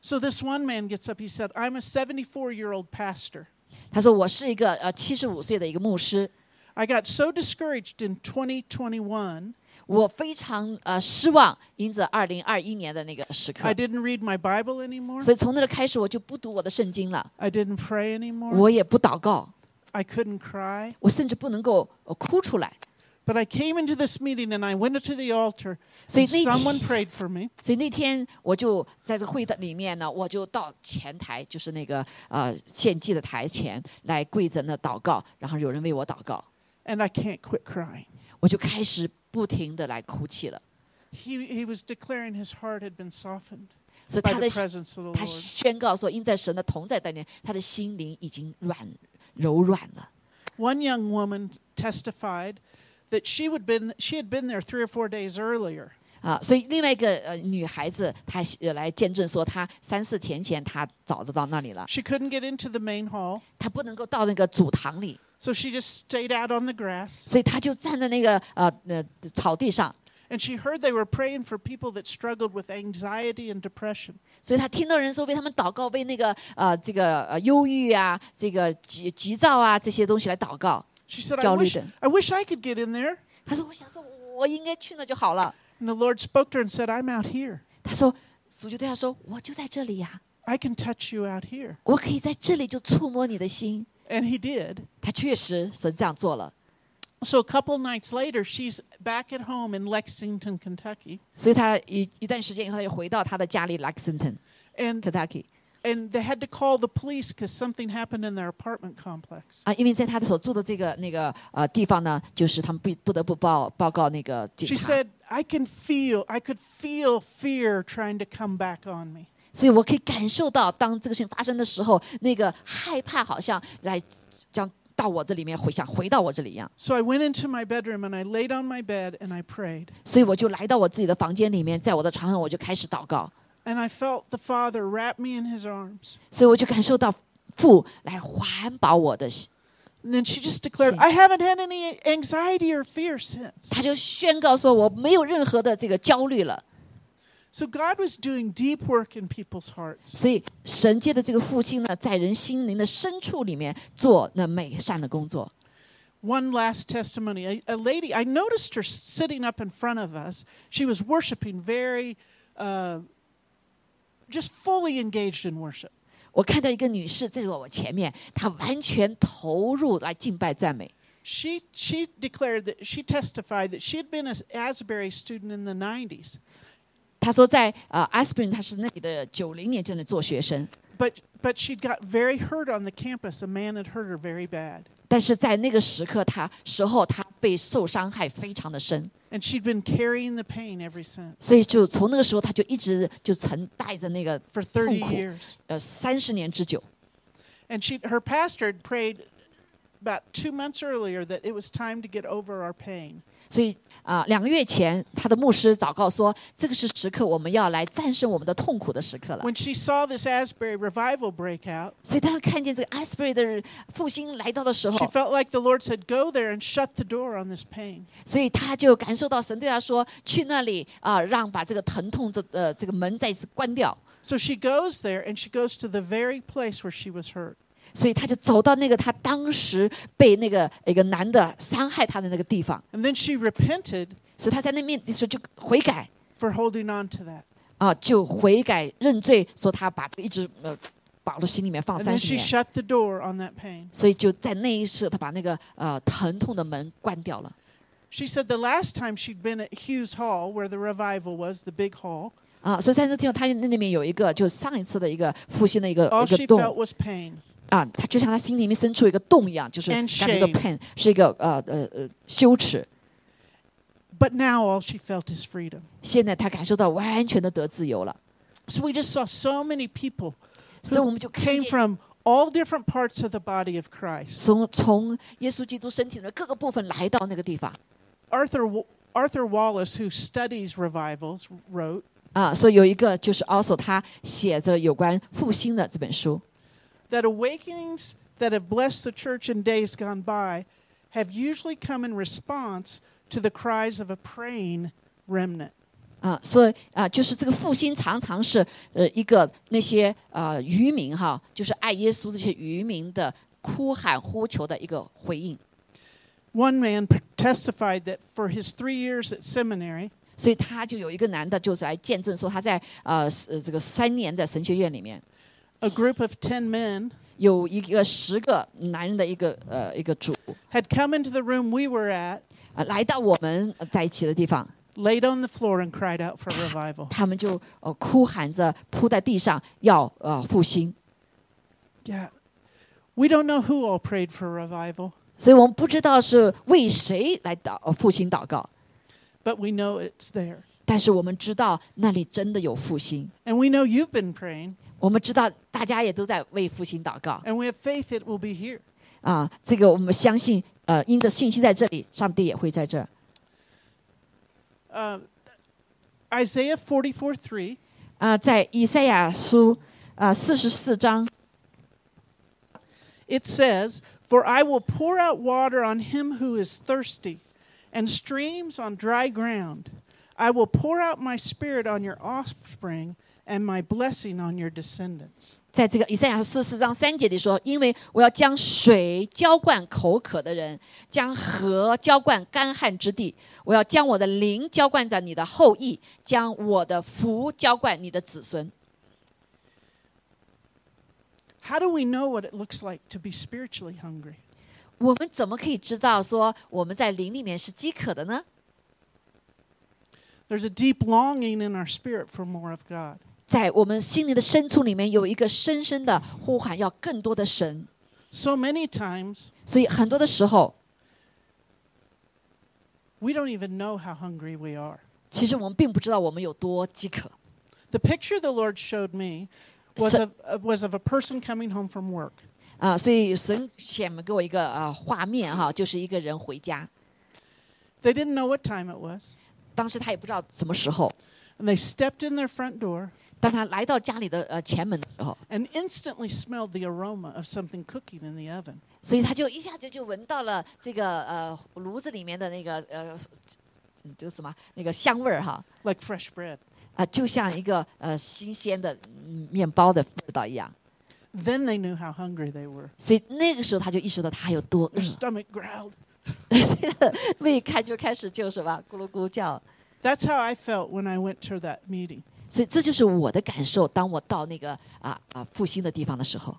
[SPEAKER 4] So this one man gets up, he said, I'm a 74 year old pastor.
[SPEAKER 1] 他说我是一个呃七十五岁的一个牧师，
[SPEAKER 4] I got so discouraged in 2021,
[SPEAKER 1] 我非常呃失望，因着二零二一年的那个时刻
[SPEAKER 4] I，didn't read my Bible anymore.
[SPEAKER 1] 所以从那个开始我就不读我的圣经了，
[SPEAKER 4] I didn't pray anymore.
[SPEAKER 1] 我也不祷告，
[SPEAKER 4] I couldn't cry.
[SPEAKER 1] 我甚至不能够呃哭出来。
[SPEAKER 4] But I came into this meeting and I went up to the altar.
[SPEAKER 1] So
[SPEAKER 4] and
[SPEAKER 1] you need-
[SPEAKER 4] someone prayed for me.
[SPEAKER 1] 所以那天我就在这个会的里面呢，我就到前台，就是那个呃献祭的台前来跪着那祷告，然后有人为我祷告，
[SPEAKER 4] And I can't quit crying.
[SPEAKER 1] 我就开始不停的来哭泣了。
[SPEAKER 4] He, he was declaring his heart had been softened
[SPEAKER 1] 所以他
[SPEAKER 4] by the
[SPEAKER 1] 的心
[SPEAKER 4] presence of the
[SPEAKER 1] 他
[SPEAKER 4] Lord.
[SPEAKER 1] 宣告说，因在神的同在当中，他的心灵已经软柔软了。
[SPEAKER 4] One young woman testified that she, would been, she had been there three or four days earlier.
[SPEAKER 1] 啊，所以另外一个呃女孩子，她呃来见证说，她三四天前她早就到那里了，
[SPEAKER 4] She couldn't get into the main hall,
[SPEAKER 1] 她不能够到那个主堂里，
[SPEAKER 4] so she just stayed out on the grass.
[SPEAKER 1] 所以她就站在那个呃呃草地上，
[SPEAKER 4] And she heard they were praying for people that struggled with anxiety and depression.
[SPEAKER 1] 所以她听到人说为他们祷告，为那个呃这个呃忧郁啊，这个急急躁啊这些东西来祷告。
[SPEAKER 4] She said, I
[SPEAKER 1] Jolly
[SPEAKER 4] wish,
[SPEAKER 1] then.
[SPEAKER 4] I wish I could get in there.
[SPEAKER 1] 她说，我想说我应该去那就好了。
[SPEAKER 4] And the Lord spoke to her and said, I'm out here.
[SPEAKER 1] 她说，主就对她说，我就在这里呀、
[SPEAKER 4] I can touch you out here.
[SPEAKER 1] 我可以在这里就触摸你的心。
[SPEAKER 4] And he did.
[SPEAKER 1] 她确实神这样做了。
[SPEAKER 4] So a couple nights later, she's back at home in Lexington, Kentucky.
[SPEAKER 1] 所以她一一段时间以后，她就回到她的家里 Lexington
[SPEAKER 4] And,
[SPEAKER 1] Kentucky
[SPEAKER 4] and they had to call the police because something happened in their apartment complex.
[SPEAKER 1] 啊，因为在她的所住的这个那个呃地方呢，就是他们不不得不报报告那个警
[SPEAKER 4] She
[SPEAKER 1] 察，
[SPEAKER 4] said, I can feel, I could feel fear trying to come back on me.
[SPEAKER 1] 所以我可以感受到，当这个事情发生的时候，那个害怕好像来将到我这里面回想回到我这里一样，
[SPEAKER 4] So I went into my bedroom and I laid on my bed and I prayed.
[SPEAKER 1] 所以我就来到我自己的房间里面，在我的床上我就开始祷告，
[SPEAKER 4] And I felt the Father wrap me in his arms.
[SPEAKER 1] 所以我就感受到父来环保我的心，
[SPEAKER 4] And then she just declared,
[SPEAKER 1] Sí.
[SPEAKER 4] I haven't had any anxiety or fear since.
[SPEAKER 1] 他就宣告说我没有任何的这个焦虑了。
[SPEAKER 4] So God was doing deep work in people's hearts.
[SPEAKER 1] 所以神界的这个复兴呢，在人心灵的深处里面做那美善的工作。
[SPEAKER 4] One last testimony. A, a lady, I noticed her sitting up in front of us. She was worshiping very, uh, just fully engaged in worship.
[SPEAKER 1] 我看到一个女士在我前面，她完全投入来敬拜赞美。
[SPEAKER 4] She, she declared that she testified that she had been an Asbury student in the 90s,
[SPEAKER 1] 她说在呃 Aspen，她是那里的九零年正在做学生，
[SPEAKER 4] but, but she'd got very hurt on the campus. A man had hurt her very bad.
[SPEAKER 1] 但是在那个时刻，她时候她被受伤害非常的深，
[SPEAKER 4] And she'd been carrying the pain ever since.
[SPEAKER 1] 所以就从那个时候，她就一直就承带着那个
[SPEAKER 4] for
[SPEAKER 1] 痛
[SPEAKER 4] 30
[SPEAKER 1] 苦，
[SPEAKER 4] years.
[SPEAKER 1] 呃，三十年之久。
[SPEAKER 4] And she, her pastor had prayed about two months earlier that it was time to get over our pain.
[SPEAKER 1] 所以啊、两个月前，她的牧师祷告说，这个是时刻，我们要来战胜我们的痛苦的时刻了。
[SPEAKER 4] When she saw this Asbury revival break out,
[SPEAKER 1] 所以当他看见这个 Asbury 的复兴来到的时
[SPEAKER 4] she
[SPEAKER 1] 候，
[SPEAKER 4] felt like the Lord said, Go there and shut the door on this pain.
[SPEAKER 1] 所以他就感受到神对他说：“去那里啊、让把这个疼痛的呃这个门再次关掉。
[SPEAKER 4] So she goes there and she goes to the very place where she was hurt. ”
[SPEAKER 1] 所以他就走到那个他当时被那个一个男的伤害他的那个地方，
[SPEAKER 4] And then she repented
[SPEAKER 1] 所以他在那面的时候就悔改
[SPEAKER 4] for holding on to that.
[SPEAKER 1] 啊、就悔改认罪，说他把这个一直呃保到心里面放
[SPEAKER 4] And
[SPEAKER 1] 三
[SPEAKER 4] then
[SPEAKER 1] 十
[SPEAKER 4] she
[SPEAKER 1] 年，
[SPEAKER 4] shut the door on that pain.
[SPEAKER 1] 所以就在那一世他把那个呃疼痛的门关掉了。
[SPEAKER 4] She said the last time she'd been at Hughes Hall, where the revival was, the big hall,
[SPEAKER 1] 啊，所以在那地方，他那里面有一个，就上一次的一个复兴的一个
[SPEAKER 4] all
[SPEAKER 1] 一个
[SPEAKER 4] Oh, she
[SPEAKER 1] 洞，
[SPEAKER 4] felt was pain.
[SPEAKER 1] 啊，他就像他心里面深处一个洞一样，就是感
[SPEAKER 4] And
[SPEAKER 1] 觉到
[SPEAKER 4] shame.
[SPEAKER 1] pain 是一个呃呃呃羞耻。
[SPEAKER 4] But now all she felt is freedom.
[SPEAKER 1] 现在他感受到完全的得自由了，
[SPEAKER 4] So we just saw so many people
[SPEAKER 1] 所以我
[SPEAKER 4] who
[SPEAKER 1] 们就看
[SPEAKER 4] came
[SPEAKER 1] 见
[SPEAKER 4] from all different parts of the body of Christ.
[SPEAKER 1] 从从耶稣基督身体的各个部分来到那个地方
[SPEAKER 4] Arthur Wa- Arthur Wallace, who studies revivals, wrote,
[SPEAKER 1] 啊，所以有一个就是 also 他写着有关复兴的这本书
[SPEAKER 4] that awakenings that have blessed the church in days gone by have usually come in response to the cries of a praying remnant.
[SPEAKER 1] 啊，所以啊就是这个复兴常常是呃一个那些呃渔民哈，就是爱耶稣这些渔民的哭喊呼求的一个回应。
[SPEAKER 4] one man p- testified that for his three years at seminary,
[SPEAKER 1] 所以他就有一个男的，就是来见证说他在呃是这个三年的神学院里面，
[SPEAKER 4] a group of 10 men
[SPEAKER 1] 有一个十个男人的一个呃一个组
[SPEAKER 4] had come into the room we were at,
[SPEAKER 1] 啊、呃来到我们呃在一起的地方，
[SPEAKER 4] laid on the floor, and cried out for revival.
[SPEAKER 1] 他们就呃哭喊着扑在地上要呃复兴。
[SPEAKER 4] Yeah. We don't know who all prayed for revival,
[SPEAKER 1] 所以我们不知道是为谁来祷呃复兴祷告，
[SPEAKER 4] but we know it's there.
[SPEAKER 1] 但是我们知道那里真的有复兴，
[SPEAKER 4] And we know you've been praying,
[SPEAKER 1] 我们知道大家也都在为复兴祷告
[SPEAKER 4] and we have faith it will be here.
[SPEAKER 1] 啊。这个我们相信，呃，因着信息在这里，上帝也会在这儿。
[SPEAKER 4] Uh, Isaiah 44 3.
[SPEAKER 1] 啊、在以赛亚书啊四十四章
[SPEAKER 4] It says, For I will pour out water on him who is thirsty, and streams on dry ground. I will pour out my spirit on your offspring, and my blessing on your descendants.
[SPEAKER 1] 在这个以赛亚四十章三节里说：“因为我要将水浇灌口渴的人，将河浇灌干旱之地。我要将我的灵浇灌在你的后裔，将我的福浇灌你的子孙。
[SPEAKER 4] How do we know what it looks like to be spiritually hungry? ”
[SPEAKER 1] 我们怎么可以知道说我们在灵里面是饥渴的呢？
[SPEAKER 4] There's a deep longing in our spirit for more of God.
[SPEAKER 1] 在我们心灵的深处里面有一个深深的呼喊，要更多的神。
[SPEAKER 4] So many times,
[SPEAKER 1] 所以很多的时候，
[SPEAKER 4] we don't even know how hungry we are.
[SPEAKER 1] 其实我们并不知道我们有多饥渴。
[SPEAKER 4] The picture the Lord showed me was,
[SPEAKER 1] So-
[SPEAKER 4] of, of- was of a person coming home from work.
[SPEAKER 1] 啊，所以神显给我一个啊画面哈，就是一个人回家，
[SPEAKER 4] They didn't know what time it was.
[SPEAKER 1] 当时他也不知道什么时候，
[SPEAKER 4] And they stepped in their front door
[SPEAKER 1] 当他来到家里的呃前门的时候，
[SPEAKER 4] and instantly smelled the aroma of something cooking in the oven.
[SPEAKER 1] 所以他就一下子就闻到了这个呃炉子里面的那个呃嗯这个什么那个香味儿哈
[SPEAKER 4] Like fresh bread.
[SPEAKER 1] 啊、就像一个呃新鲜的嗯面包的味道一样，
[SPEAKER 4] Then they knew how hungry they were.
[SPEAKER 1] 所以那个时候他就意识到他有多饿
[SPEAKER 4] Their，stomach growled.
[SPEAKER 1] [laughs] 胃开就开始就什么咕噜咕噜叫，
[SPEAKER 4] That's how I felt when I went to that meeting.
[SPEAKER 1] 所以这就是我的感受。当我到那个啊啊复兴的地方的时候，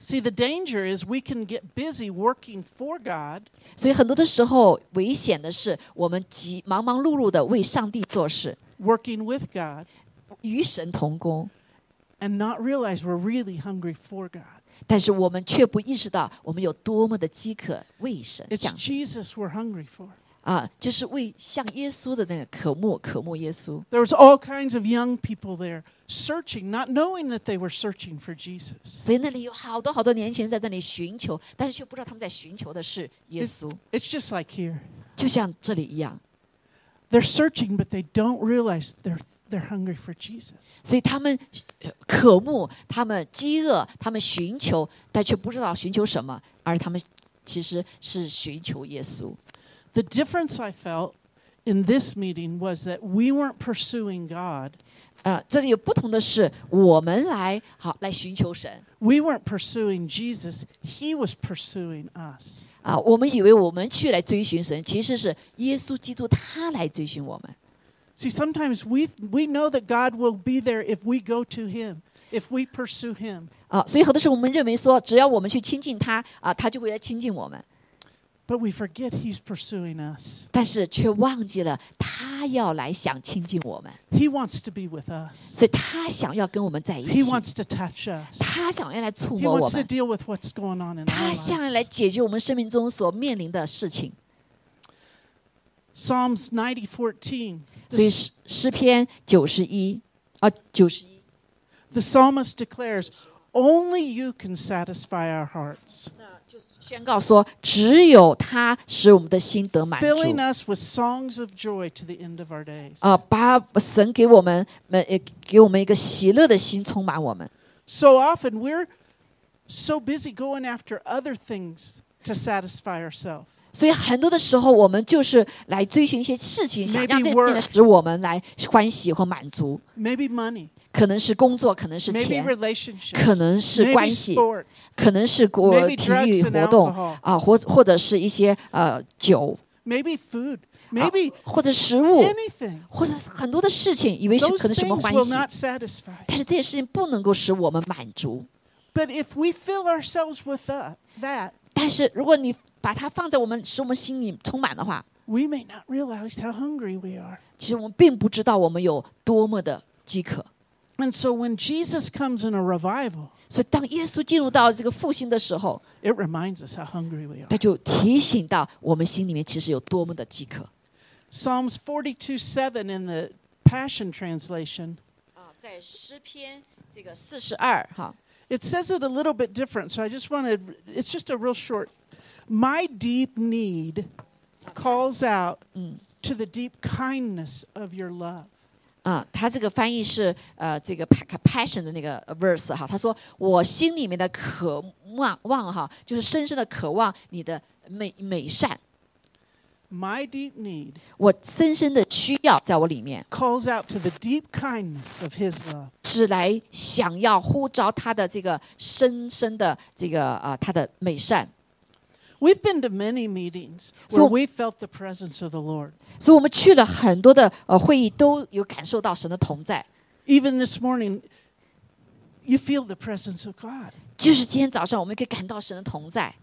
[SPEAKER 4] See, the danger is we can get busy working for God
[SPEAKER 1] 所以很多的时候，危险的是我们急忙忙碌碌的为上帝做事，
[SPEAKER 4] working with God
[SPEAKER 1] 与神同工，
[SPEAKER 4] and not realize we're really hungry for God.
[SPEAKER 1] 但是我们却不意识到我们有多么的饥渴为神
[SPEAKER 4] It's
[SPEAKER 1] 想
[SPEAKER 4] Jesus we're hungry for.
[SPEAKER 1] 啊，就是为像耶稣的那个渴慕，渴慕耶稣。
[SPEAKER 4] There was all kinds of young people there searching, not knowing that they were searching for Jesus.
[SPEAKER 1] 所以那里有好多好多年轻人在那里寻求，但是却不知道他们在寻求的是耶稣，
[SPEAKER 4] It's just like here.
[SPEAKER 1] 就像这里一样。
[SPEAKER 4] They're searching, but they don't realize they're, they're hungry for Jesus.
[SPEAKER 1] 所以他们呃渴慕，他们饥饿，他们寻求，但却不知道寻求什么，而他们其实是寻求耶稣。
[SPEAKER 4] The difference I felt in this meeting was that we weren't pursuing God,
[SPEAKER 1] 呃，这里有不同的是，我们来好来寻求神
[SPEAKER 4] we weren't pursuing Jesus, He was pursuing us.
[SPEAKER 1] 啊。我们以为我们去来追寻神，其实是耶稣基督他来追寻我们。
[SPEAKER 4] See, sometimes we, we know that God will be there if we go to Him, if we pursue Him,
[SPEAKER 1] 啊，所以很多时候我们认为说，只要我们去亲近他啊，他就会来亲近我们，
[SPEAKER 4] but we forget He's pursuing us.
[SPEAKER 1] 但是却忘记了他要来想亲近我们，
[SPEAKER 4] He wants to be with us,
[SPEAKER 1] 所以他想要跟我们在一
[SPEAKER 4] He
[SPEAKER 1] 起，
[SPEAKER 4] wants to touch us,
[SPEAKER 1] 他想要来触
[SPEAKER 4] He
[SPEAKER 1] 摸我
[SPEAKER 4] wants to
[SPEAKER 1] 们，
[SPEAKER 4] deal with what's going on in our
[SPEAKER 1] 他想要来
[SPEAKER 4] lives.
[SPEAKER 1] 解决我们生命中所面临的事情。
[SPEAKER 4] Psalms 90 14.
[SPEAKER 1] 所以诗诗篇九十一啊，九十一。
[SPEAKER 4] The psalmist declares, Only you can satisfy our hearts,
[SPEAKER 1] 宣告说，只有他使我们的心得满足，
[SPEAKER 4] filling us with songs of joy to the end of our days.
[SPEAKER 1] 啊、把神给我们们呃给我们一个喜乐的心充满我们。
[SPEAKER 4] So often we're so busy going after other things to satisfy ourselves.
[SPEAKER 1] 所以很多的时候，我们就是来追寻一些事情，想让这件事情使我们来欢喜或满足，
[SPEAKER 4] maybe money,
[SPEAKER 1] 可能是工作，可能是
[SPEAKER 4] maybe
[SPEAKER 1] 钱，
[SPEAKER 4] relationships,
[SPEAKER 1] 可能是
[SPEAKER 4] maybe
[SPEAKER 1] 关系，
[SPEAKER 4] sports,
[SPEAKER 1] 可能是国
[SPEAKER 4] maybe
[SPEAKER 1] 体
[SPEAKER 4] drugs
[SPEAKER 1] 育
[SPEAKER 4] and
[SPEAKER 1] 活动
[SPEAKER 4] alcohol,
[SPEAKER 1] 啊，或或者是一些呃酒，
[SPEAKER 4] maybe food, maybe
[SPEAKER 1] 或者食物，
[SPEAKER 4] anything.
[SPEAKER 1] 或者是很多的事情，以为是
[SPEAKER 4] Those
[SPEAKER 1] 可能什么
[SPEAKER 4] things
[SPEAKER 1] 欢
[SPEAKER 4] will
[SPEAKER 1] 喜，
[SPEAKER 4] not satisfy.
[SPEAKER 1] 但是这些事情不能够使我们满足。
[SPEAKER 4] But if we fill ourselves with that, that
[SPEAKER 1] 但是如果你把它放在我们使我们心里充满的话，
[SPEAKER 4] we may not realize how hungry we are.
[SPEAKER 1] 其实我们并不知道我们有多么的饥渴。
[SPEAKER 4] And so when Jesus comes in a revival,
[SPEAKER 1] 所以，当耶稣进入到这个复兴的时候，
[SPEAKER 4] it reminds us how hungry we are.
[SPEAKER 1] 他就提醒到我们心里面其实有多么的饥渴。
[SPEAKER 4] Psalms 42 7 in the Passion Translation,
[SPEAKER 1] 啊，在诗篇这个四十二哈，
[SPEAKER 4] it says it a little bit different. So I just wanted, it's just a real short. My deep need calls out to the deep kindness of your love.
[SPEAKER 1] 啊，他这个翻译是呃这个 pa- passion 的那个呃 verse 哈，他说我心里面的渴望望哈，就是深深的渴望你的美美善，
[SPEAKER 4] My deep need
[SPEAKER 1] 我深深的需要在我里面，
[SPEAKER 4] calls out to the deep kindness of his love.
[SPEAKER 1] 是来想要呼召他的这个深深的这个啊、呃他的美善。
[SPEAKER 4] We've been to many meetings
[SPEAKER 1] So-
[SPEAKER 4] where we felt the presence of the Lord.
[SPEAKER 1] 所以我们去了很多的呃会议，都有感受到神的同在。
[SPEAKER 4] Even this morning, you feel the presence of God
[SPEAKER 1] 就是今天早上，我们可以感到神的同在，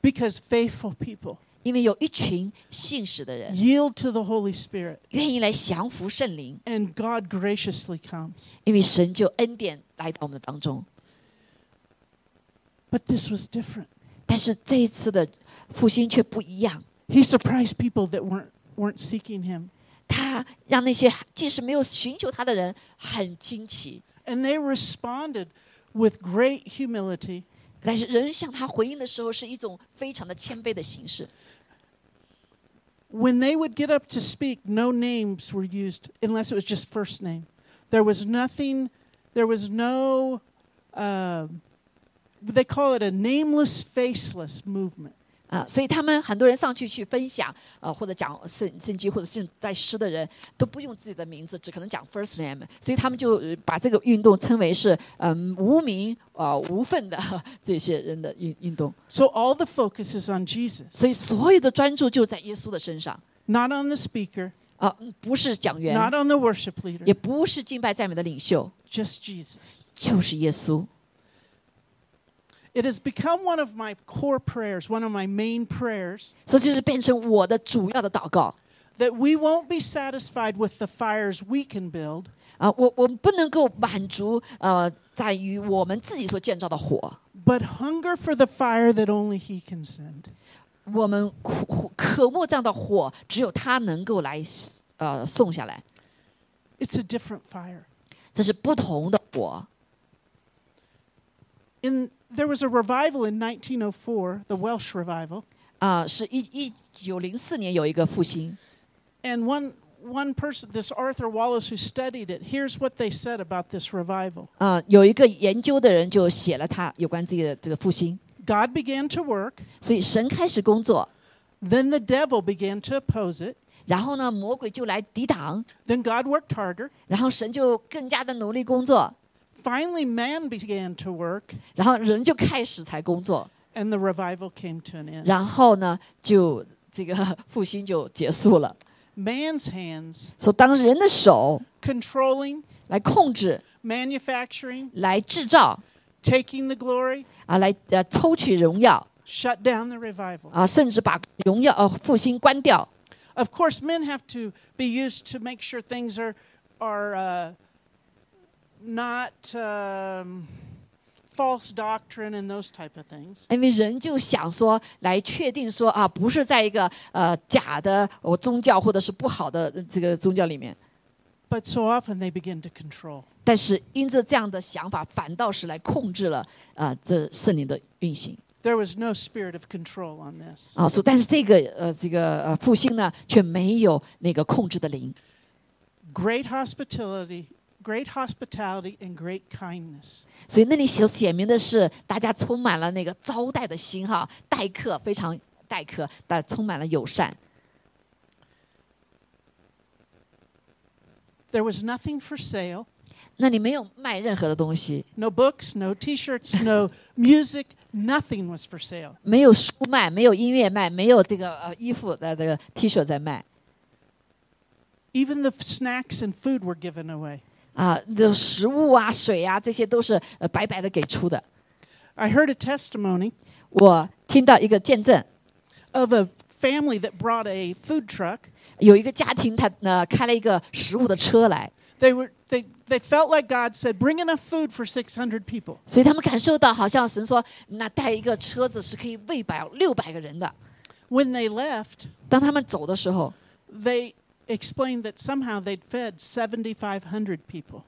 [SPEAKER 4] because faithful people
[SPEAKER 1] 因为有一群信使的人
[SPEAKER 4] yield to the Holy Spirit
[SPEAKER 1] 愿意来降服圣灵，
[SPEAKER 4] and God graciously comes.
[SPEAKER 1] 因为神就恩典来到我们的当中。
[SPEAKER 4] But this was different.
[SPEAKER 1] 但是这一次的复兴却不一样，
[SPEAKER 4] He surprised people that weren't, weren't seeking Him,
[SPEAKER 1] 他让那些即使没有寻求他的人很惊奇，
[SPEAKER 4] and they responded with great humility.
[SPEAKER 1] 但是人向他回应的时候是一种非常的谦卑的形式。
[SPEAKER 4] When they would get up to speak, no names were used unless it was just first name. There was nothing, there was no, um they call it a nameless, faceless movement.
[SPEAKER 1] 啊，所以他们很多人上去去分享，呃，或者讲圣圣经，或者是在诗的人都不用自己的名字，只可能讲 first name，所以他们就呃把这个运动称为是嗯无名呃无份的 [laughs] 这些人的运运动，
[SPEAKER 4] So all the focus is on Jesus,
[SPEAKER 1] 所以所有的专注就在耶稣的身上
[SPEAKER 4] not on the speaker,
[SPEAKER 1] 啊、嗯不是讲员，
[SPEAKER 4] not on the worship leader,
[SPEAKER 1] 也不是敬拜赞美的领袖，
[SPEAKER 4] just Jesus.
[SPEAKER 1] 就是耶稣。
[SPEAKER 4] It has become one of my core prayers, one of my main prayers,
[SPEAKER 1] 所以这就是变成我的主要的祷告
[SPEAKER 4] that we won't be satisfied with the fires we can build,
[SPEAKER 1] 啊、我我们不能够满足呃在于我们自己所建造的火。
[SPEAKER 4] but hunger for the fire that only He can send.
[SPEAKER 1] 我们苦苦渴慕这样的火，只有他能够来呃送下来，
[SPEAKER 4] It's a different fire.
[SPEAKER 1] 这是不同的火。
[SPEAKER 4] In there was a revival in 1904, the Welsh revival,
[SPEAKER 1] 啊、是一一九零四年有一个复兴，
[SPEAKER 4] and one one person, this Arthur Wallace who studied it, here's what they said about this revival.
[SPEAKER 1] 啊、有一个研究的人就写了他有关自己的这个复兴，
[SPEAKER 4] God began to work,
[SPEAKER 1] 所以神开始工作，
[SPEAKER 4] then the devil began to oppose it,
[SPEAKER 1] 然后呢，魔鬼就来抵挡，
[SPEAKER 4] then God worked harder,
[SPEAKER 1] 然后神就更加的努力工作，
[SPEAKER 4] finally man began to work,
[SPEAKER 1] 然后人就开始才工作，
[SPEAKER 4] and the revival came to an end.
[SPEAKER 1] 然后呢，就这个复兴就结束了。
[SPEAKER 4] Man's hands
[SPEAKER 1] 所以当人的手
[SPEAKER 4] controlling,
[SPEAKER 1] 来控制、
[SPEAKER 4] manufacturing,
[SPEAKER 1] 来制造，
[SPEAKER 4] taking the glory,
[SPEAKER 1] 啊，来呃偷取荣耀
[SPEAKER 4] shut down the revival.
[SPEAKER 1] 啊，甚至把荣耀呃复兴关掉。
[SPEAKER 4] Of course, men have to be used to make sure things are are uh, not um, false doctrine and those type of things.
[SPEAKER 1] 因为人就想说来确定说啊，不是在一个呃假的我宗教或者是不好的呃这个宗教里面，
[SPEAKER 4] But so often they begin to control.
[SPEAKER 1] 但是因着这样的想法，反倒是来控制了啊、这圣灵的运行
[SPEAKER 4] There was no spirit of control on this.
[SPEAKER 1] 啊。所以但是这个呃这个呃复兴呢，却没有那个控制的灵
[SPEAKER 4] Great hospitality, great hospitality, and great kindness.
[SPEAKER 1] 所以那里所显明的是，大家充满了那个招待的心哈，待客非常待客，但充满了友善，
[SPEAKER 4] There was nothing for sale.
[SPEAKER 1] 那里没有卖任何的东西，
[SPEAKER 4] No books, no t shirts, no music. Nothing was for sale.
[SPEAKER 1] 没有书卖，没有音乐卖，没有这个呃衣服的这个 T 恤在卖
[SPEAKER 4] Even the f- snacks and food were given away.
[SPEAKER 1] 啊，这食物啊、水啊这些都是呃白白的给出的。
[SPEAKER 4] I heard a testimony
[SPEAKER 1] 我听到一个见证，
[SPEAKER 4] of a family that brought a food truck.
[SPEAKER 1] 有一个家庭他呃开了一个食物的车来，
[SPEAKER 4] They, were, they, they felt like God said, Bring enough food for 600 people.
[SPEAKER 1] 所以他们感受到好像神说，那带一个车子是可以喂饱六百个人的。
[SPEAKER 4] When they left,
[SPEAKER 1] 当他们走的时候，
[SPEAKER 4] they explained that somehow they'd fed 7,500 people.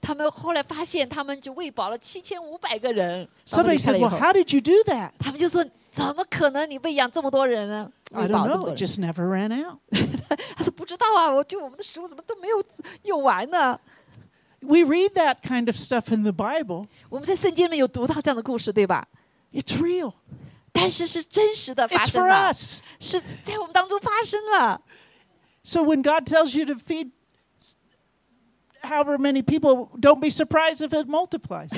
[SPEAKER 1] 他们后来发现他们就喂饱了七千五百个人。他们
[SPEAKER 4] Somebody
[SPEAKER 1] 离开了
[SPEAKER 4] said,
[SPEAKER 1] 以
[SPEAKER 4] Well,
[SPEAKER 1] 后，
[SPEAKER 4] how did you do that?
[SPEAKER 1] 他们就说：“怎么可能你喂养这么多人呢？喂
[SPEAKER 4] I
[SPEAKER 1] 饱
[SPEAKER 4] don't
[SPEAKER 1] 这么
[SPEAKER 4] know.
[SPEAKER 1] 多
[SPEAKER 4] It
[SPEAKER 1] 人
[SPEAKER 4] just never ran out.？”
[SPEAKER 1] 他说：“不知道啊，我就我们的食物怎么都没有用完呢？
[SPEAKER 4] We read that kind of stuff in the Bible,
[SPEAKER 1] 我们在圣经里面有读到这样的故事，对吧？
[SPEAKER 4] it's real,
[SPEAKER 1] 但是是真实的发
[SPEAKER 4] it's
[SPEAKER 1] 生
[SPEAKER 4] for
[SPEAKER 1] 了，
[SPEAKER 4] us.
[SPEAKER 1] 是在我们当中发生了。
[SPEAKER 4] So when God tells you to feed s- however many people, don't be surprised if it multiplies.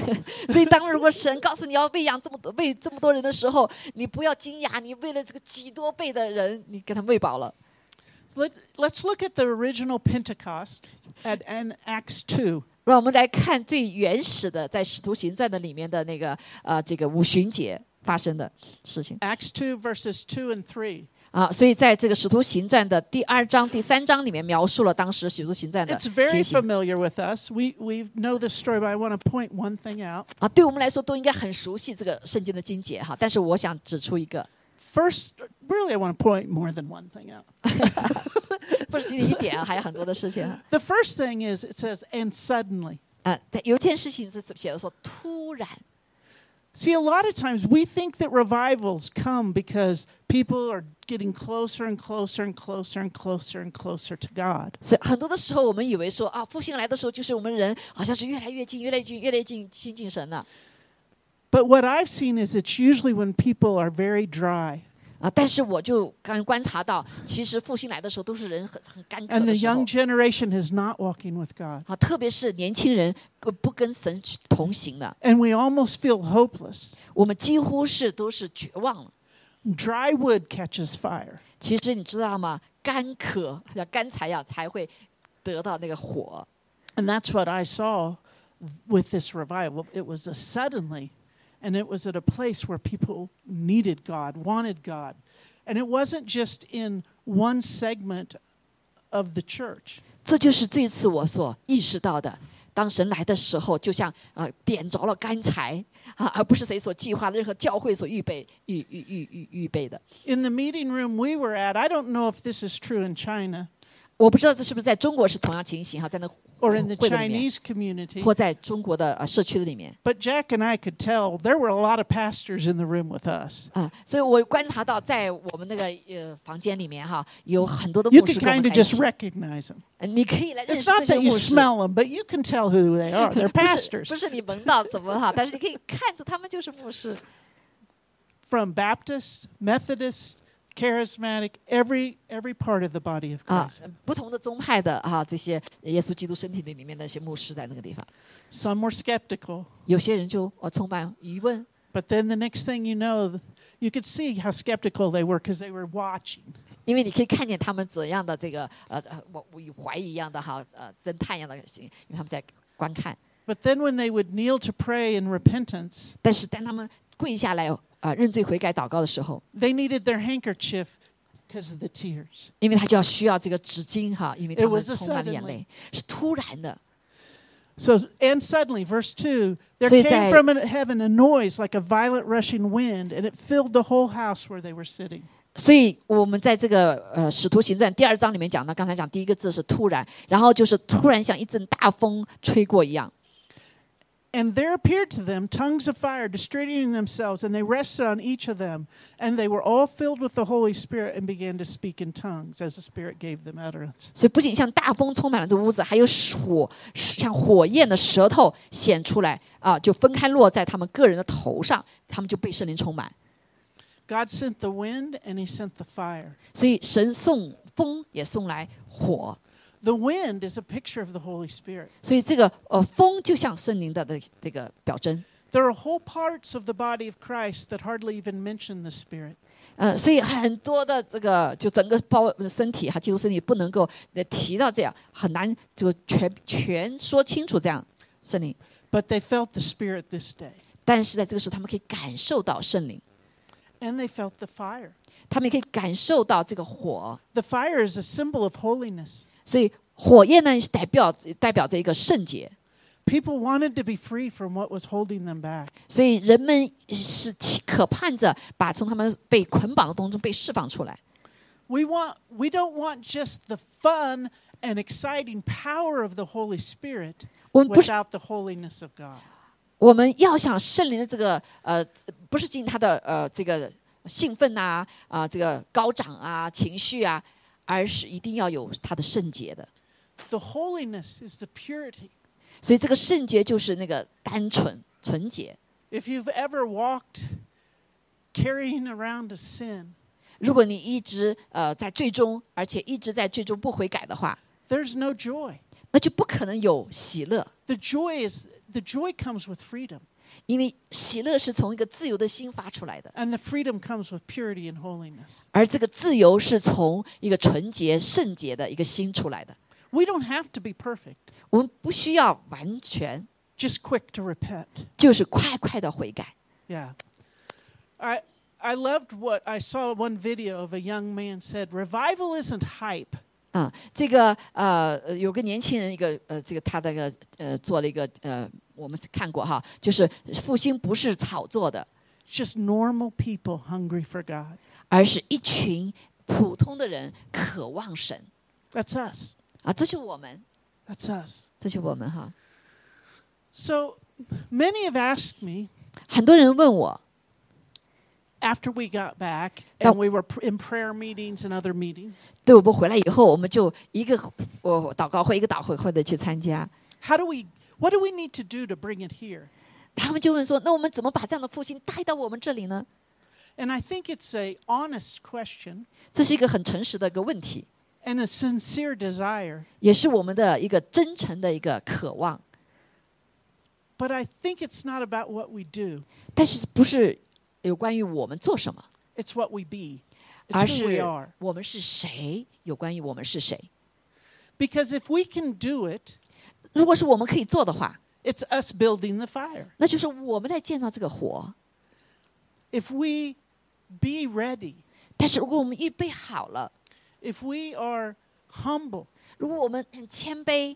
[SPEAKER 1] 所以，当如果神告诉你要喂养这么多喂这么多人的时候，你不要惊讶，你为了这个几多倍的人，你给他喂饱了。
[SPEAKER 4] Let, let's look at the original Pentecost at, and Acts 2.
[SPEAKER 1] 让我们来看最原始的，在《使徒行传》的里面的那个呃，这个五旬节发生的事情
[SPEAKER 4] Acts 2, verses 2 and 3.
[SPEAKER 1] 啊。所以，在这个《使徒行传》的第二章、第三章里面描述了当时《使徒行传》的
[SPEAKER 4] It's very
[SPEAKER 1] 情形
[SPEAKER 4] familiar with us. We, we know this story, but I want to point one thing out.
[SPEAKER 1] 啊。对我们来说都应该很熟悉这个圣经的经节哈。但是，我想指出一个，
[SPEAKER 4] First, really, I want to point more than one thing out.
[SPEAKER 1] [laughs] 不是仅仅一 [laughs] 点啊，还有很多的事情啊。
[SPEAKER 4] The first thing is it says, and suddenly.
[SPEAKER 1] 啊在有一件事情是写的说，突然
[SPEAKER 4] See, a lot of times we think that revivals come because people are getting closer and closer and closer and closer and closer to God.
[SPEAKER 1] 所以很多的时候，我们以为说啊，复兴来的时候，就是我们人好像是越来越近，越来越近，越来越近亲近神了
[SPEAKER 4] But what I've seen is it's usually when people are very dry
[SPEAKER 1] 啊。但是我就刚观察到，其实复兴来的时候，都是人很很干渴
[SPEAKER 4] and
[SPEAKER 1] 的
[SPEAKER 4] the
[SPEAKER 1] 时候
[SPEAKER 4] young generation is not walking with God.
[SPEAKER 1] 啊，特别是年轻人呃不跟神去同行了，
[SPEAKER 4] And we almost feel hopeless.
[SPEAKER 1] 我们几乎是都是绝望了。
[SPEAKER 4] Dry wood catches fire.
[SPEAKER 1] 其实你知道吗？干渴要干柴呀，才会得到那个火。
[SPEAKER 4] And that's what I saw with this revival. It was a suddenly, and it was at a place where people needed God, wanted God. And it wasn't just in one segment of the church.
[SPEAKER 1] 这就是这次我所意识到的。当神来的时候，就像啊、呃点着了干柴啊，而不是谁所计划的，任何教会所预备预预预预预备的。
[SPEAKER 4] In the meeting room we were at, I don't know if this is true in China
[SPEAKER 1] 我不知道这是不是在中国是同样情形哈，在那
[SPEAKER 4] or in the
[SPEAKER 1] 会的里面，
[SPEAKER 4] Chinese community,
[SPEAKER 1] 或在中国的呃社区的里面
[SPEAKER 4] but Jack and I could tell there were a lot of pastors in the room with us.
[SPEAKER 1] 啊，所以我观察到，在我们那个呃房间里面哈，有很多的
[SPEAKER 4] You
[SPEAKER 1] 牧师
[SPEAKER 4] could
[SPEAKER 1] 跟我们
[SPEAKER 4] kind
[SPEAKER 1] 在
[SPEAKER 4] of
[SPEAKER 1] 一
[SPEAKER 4] just
[SPEAKER 1] 起，
[SPEAKER 4] recognize them.
[SPEAKER 1] 呃你可以来认识
[SPEAKER 4] It's
[SPEAKER 1] 这
[SPEAKER 4] not
[SPEAKER 1] 些
[SPEAKER 4] that you
[SPEAKER 1] 牧师。
[SPEAKER 4] smell them, but you can tell who they are.
[SPEAKER 1] [laughs]
[SPEAKER 4] They're
[SPEAKER 1] 不是
[SPEAKER 4] pastors.
[SPEAKER 1] 不是你闻到怎么哈，但是你可以看出他们就是牧
[SPEAKER 4] [laughs]
[SPEAKER 1] 师。
[SPEAKER 4] from Baptist, Methodist, charismatic, every every part of the body of
[SPEAKER 1] 啊
[SPEAKER 4] Christ.
[SPEAKER 1] 不同的宗派的啊，这些耶稣基督身体里面的一些牧师在那个地方，
[SPEAKER 4] Some were skeptical,
[SPEAKER 1] 有些人就呃充满疑问
[SPEAKER 4] but then the next thing you know, th- you could see how skeptical they were because they were watching.
[SPEAKER 1] 因为你可以看见他们怎样的这个呃呃，我我怀疑一样的哈呃侦探一样的行，因为他们在观看。
[SPEAKER 4] But then when they would kneel to pray in repentance,
[SPEAKER 1] 但是当他们跪下来啊、认罪悔改祷告的时候，
[SPEAKER 4] they needed their handkerchief because of the tears.
[SPEAKER 1] 因为他就要需要这个纸巾哈，因为
[SPEAKER 4] It
[SPEAKER 1] 他们
[SPEAKER 4] was a
[SPEAKER 1] 充满了眼
[SPEAKER 4] suddenly.
[SPEAKER 1] 泪，是突然的。
[SPEAKER 4] So and suddenly, verse two, there
[SPEAKER 1] 所以
[SPEAKER 4] came
[SPEAKER 1] 在-
[SPEAKER 4] from heaven a noise like a violent rushing wind, and it filled the whole house where they were sitting.
[SPEAKER 1] 所以我们在这个呃《使徒行传》第二章里面讲到，刚才讲第一个字是突然，然后就是突然像一阵大风吹过一样，
[SPEAKER 4] And there appeared to them tongues of fire distributing themselves, and they rested on each of them. And they were all filled with the Holy Spirit and began to speak in tongues as the Spirit gave them utterance.
[SPEAKER 1] 所以不仅像大风充满了这屋子，还有火像火焰的舌头显出来啊，就分开落在他们个人的头上，他们就被圣灵充满。
[SPEAKER 4] God sent the wind and he sent the fire.
[SPEAKER 1] 所以神送风也送来火，
[SPEAKER 4] The wind is a picture of the Holy Spirit.
[SPEAKER 1] 所以这个呃风就像圣灵的的这个表征。
[SPEAKER 4] There are whole parts of the body of Christ that hardly even mention the Spirit.
[SPEAKER 1] 呃，所以很多的这个就整个包身体哈，基督身体不能够呃提到这样，很难就全全说清楚这样圣灵。
[SPEAKER 4] But they felt the Spirit this day,
[SPEAKER 1] 但是在这个时候，他们可以感受到圣灵，
[SPEAKER 4] and they felt the fire.
[SPEAKER 1] 他们也可以感受到这个火。
[SPEAKER 4] The fire is a symbol of holiness.
[SPEAKER 1] 所以火焰呢，是代表代表着一个圣洁。
[SPEAKER 4] People wanted to be free from what was holding them back.
[SPEAKER 1] 所以人们是期渴盼着把从他们被捆绑的当中被释放出来。
[SPEAKER 4] We want we don't want just the fun and exciting power of the Holy Spirit
[SPEAKER 1] 我们不是
[SPEAKER 4] without the holiness of God.
[SPEAKER 1] 我们要想圣灵的这个呃，不是进他的呃这个兴奋呐啊、这个高涨啊情绪啊，而是一定要有他的圣洁的。
[SPEAKER 4] The holiness is the purity.
[SPEAKER 1] 所以这个圣洁就是那个单纯纯洁。
[SPEAKER 4] If you've ever walked carrying around a sin,
[SPEAKER 1] 如果你一直呃在最终，而且一直在最终不悔改的话，
[SPEAKER 4] there's no joy.
[SPEAKER 1] 那就不可能有喜乐，
[SPEAKER 4] The joy is the joy comes with freedom,
[SPEAKER 1] 因为喜乐是从一个自由的心发出来的，
[SPEAKER 4] and the freedom comes with purity and holiness.
[SPEAKER 1] 而这个自由是从一个纯洁圣洁的一个心出来的。
[SPEAKER 4] We don't have to be perfect,
[SPEAKER 1] 我们不需要完全，
[SPEAKER 4] just quick to repent.
[SPEAKER 1] 就是快快的悔改。
[SPEAKER 4] Yeah. I I loved what I saw one video of a young man said, revival isn't hype.
[SPEAKER 1] 啊、这个呃，呃有个年轻人，一个呃，这个他那个呃，做了一个呃，我们是看过哈，就是复兴不是炒作的，
[SPEAKER 4] It's just normal people hungry for God.
[SPEAKER 1] 而是一群普通的人渴望神
[SPEAKER 4] That's us.
[SPEAKER 1] 啊，这是我们，
[SPEAKER 4] That's us.
[SPEAKER 1] 这是我们哈。
[SPEAKER 4] So many have asked me
[SPEAKER 1] 很多人问我，
[SPEAKER 4] after we got back
[SPEAKER 1] That-
[SPEAKER 4] and we were pr- in prayer meetings and other meetings,
[SPEAKER 1] 对我们回来以后，我们就一个我祷告会一个祷告会的去参加，
[SPEAKER 4] how do we what do we need to do to bring it here?
[SPEAKER 1] 他们就问说，那我们怎么把这样的复兴带到我们这里呢？
[SPEAKER 4] And I think it's a honest question
[SPEAKER 1] 这是一个很诚实的一个问题，
[SPEAKER 4] and a sincere desire,
[SPEAKER 1] 也是我们的一个真诚的一个渴望，
[SPEAKER 4] but I think it's not about what we do.
[SPEAKER 1] 但是不是有关于我们做什么。
[SPEAKER 4] It's what we be.
[SPEAKER 1] 而
[SPEAKER 4] It's who
[SPEAKER 1] 是
[SPEAKER 4] we are.
[SPEAKER 1] 我们是谁，有关于我们是谁。
[SPEAKER 4] Because if we can do it,
[SPEAKER 1] 如果是我们可以做的话，
[SPEAKER 4] it's us building the fire.
[SPEAKER 1] 那就是我们在建造这个火。
[SPEAKER 4] If we be ready,
[SPEAKER 1] 但是如果我们预备好了，
[SPEAKER 4] if we are humble,
[SPEAKER 1] 如果我们很谦卑，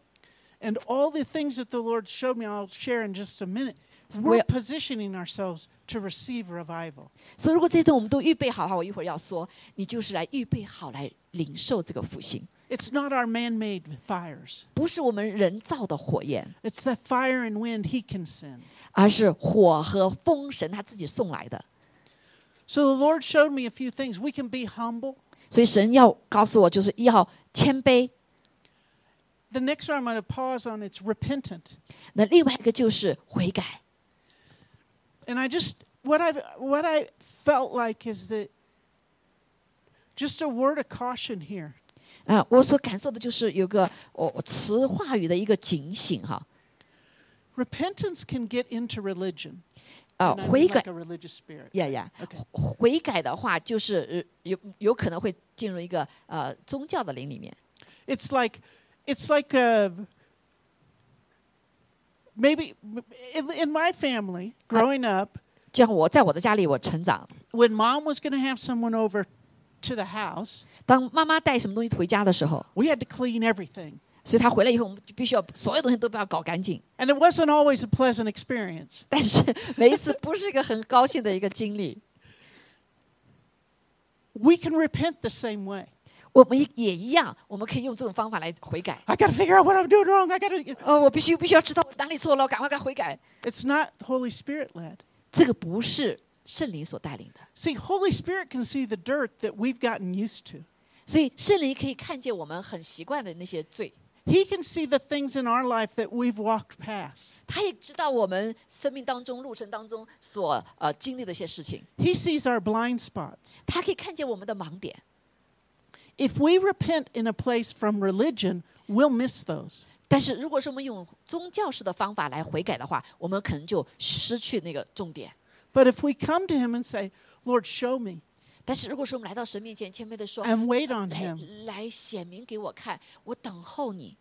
[SPEAKER 4] and all the things that the Lord showed me, I'll share in just a minute. We're
[SPEAKER 1] Well-
[SPEAKER 4] positioning ourselves to receive revival.
[SPEAKER 1] 所以如果这些东西我们都预备好的话，我一会儿要说，你就是来预备好来领受这个复兴，
[SPEAKER 4] It's not our man made fires,
[SPEAKER 1] 不是我们人造的火焰，
[SPEAKER 4] it's that fire and wind He can send.
[SPEAKER 1] 而是火和风神他自己送来的。
[SPEAKER 4] So the Lord showed me a few things. We can be humble.
[SPEAKER 1] 所以神要告诉我，就是要谦卑。
[SPEAKER 4] The next one I'm going to pause on, it's repentant.
[SPEAKER 1] 那另外一个就是悔改。
[SPEAKER 4] and I just what I what I felt like is that just a word of caution here.
[SPEAKER 1] 啊，我所感受的就是有个我、我词话语的一个警醒哈。
[SPEAKER 4] Repentance can get into religion.
[SPEAKER 1] 啊，
[SPEAKER 4] and I mean
[SPEAKER 1] 悔改
[SPEAKER 4] like a religious spirit.
[SPEAKER 1] 呀呀
[SPEAKER 4] OK
[SPEAKER 1] 悔悔改的话就是呃有有可能会进入一个呃宗教的灵里面。
[SPEAKER 4] It's like it's like a maybe in, in my family growing up
[SPEAKER 1] 就像我在我的家里，我成长，
[SPEAKER 4] when mom was going to have someone over to the house,
[SPEAKER 1] 当妈妈带什么东西回家的时候，
[SPEAKER 4] we had to clean everything.
[SPEAKER 1] 所以她回来以后，我们就必须要所有东西都不要搞干净。
[SPEAKER 4] And it wasn't always a pleasant experience.
[SPEAKER 1] 但是每一次不是一个很高兴的一个经历，
[SPEAKER 4] We can repent the same way.
[SPEAKER 1] 我们也也一样，我们可以用这种方法来悔改。
[SPEAKER 4] I got to figure out what I'm doing wrong. I got to
[SPEAKER 1] 呃，我必须必须要知道我哪里错了，我赶快该悔改。
[SPEAKER 4] It's not Holy Spirit led.
[SPEAKER 1] 这个不是圣灵所带领的，
[SPEAKER 4] See, Holy Spirit can see the dirt that we've gotten used to.
[SPEAKER 1] 所以圣灵可以看见我们很习惯的那些罪，
[SPEAKER 4] He can see the things in our life that we've walked past.
[SPEAKER 1] 他也知道我们生命当中、路程当中所呃经历的一些事情，
[SPEAKER 4] He sees our blind spots.
[SPEAKER 1] 他可以看见我们的盲点。
[SPEAKER 4] If we repent in a place from religion, we'll miss those.
[SPEAKER 1] 但是如果是我们用宗教式的方法来悔改的话，我们可能就失去那个重点。
[SPEAKER 4] But if we come to Him and say, Lord, show me,
[SPEAKER 1] 但是如果说我们来到神面前，谦卑的说，
[SPEAKER 4] and wait on
[SPEAKER 1] 来
[SPEAKER 4] Him,
[SPEAKER 1] 来显明给我看，我等候你。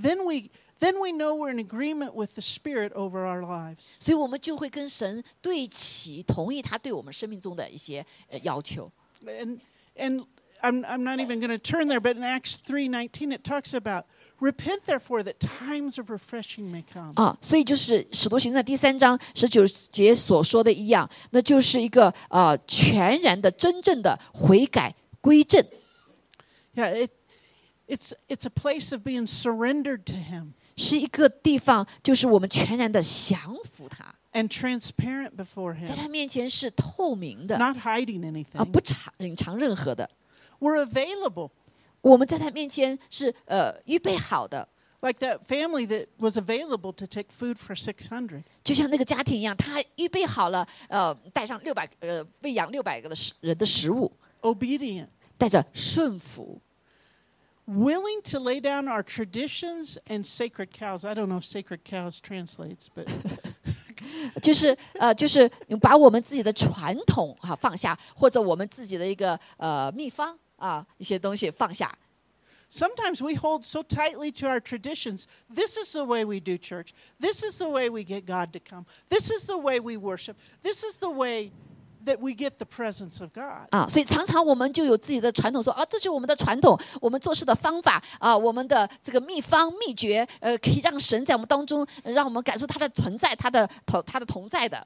[SPEAKER 4] then we, then we know we're in agreement with the Spirit over our lives.
[SPEAKER 1] 所以我们就会跟神对齐，同意他对我们生命中的一些呃要求。
[SPEAKER 4] and and I'm, I'm not even going to turn there, but in Acts 3:19 it talks about repent therefore that times of refreshing may come.
[SPEAKER 1] 啊，所以就是《使徒行传》第三章十九节所说的一样，那就是一个呃全然的、真正的悔改归正，
[SPEAKER 4] yeah, it it's it's a place of being surrendered to him
[SPEAKER 1] 是一个地方，就是我们全然的降服他，
[SPEAKER 4] and transparent before him,
[SPEAKER 1] 在他面前是透明的，
[SPEAKER 4] not hiding
[SPEAKER 1] 啊，
[SPEAKER 4] anything.
[SPEAKER 1] 不藏隐藏任何的。
[SPEAKER 4] We're available.
[SPEAKER 1] 我们在他面前是呃预备好的，
[SPEAKER 4] Like that family that was available to take food for 600.
[SPEAKER 1] 就像那个家庭一样，他预备好了，呃，带上六百呃喂养六百个的食人的食物，
[SPEAKER 4] Obedient,
[SPEAKER 1] 带着顺服，
[SPEAKER 4] willing to lay down our traditions and sacred cows. I don't know if sacred cows translates, but
[SPEAKER 1] 就是呃，就是把我们自己的传统哈、放下，或者我们自己的一个呃秘方啊一些东西放下。
[SPEAKER 4] Sometimes we hold so tightly to our traditions. This is the way we do church. This is the way we get God to come. This is the way we worship. This is the way that we get the presence of God.
[SPEAKER 1] 啊，所以常常我们就有自己的传统说，啊，这就是我们的传统，我们做事的方法啊，我们的这个秘方秘诀，呃，可以让神在我们当中，呃让我们感受他的存在，他的同他的同在的。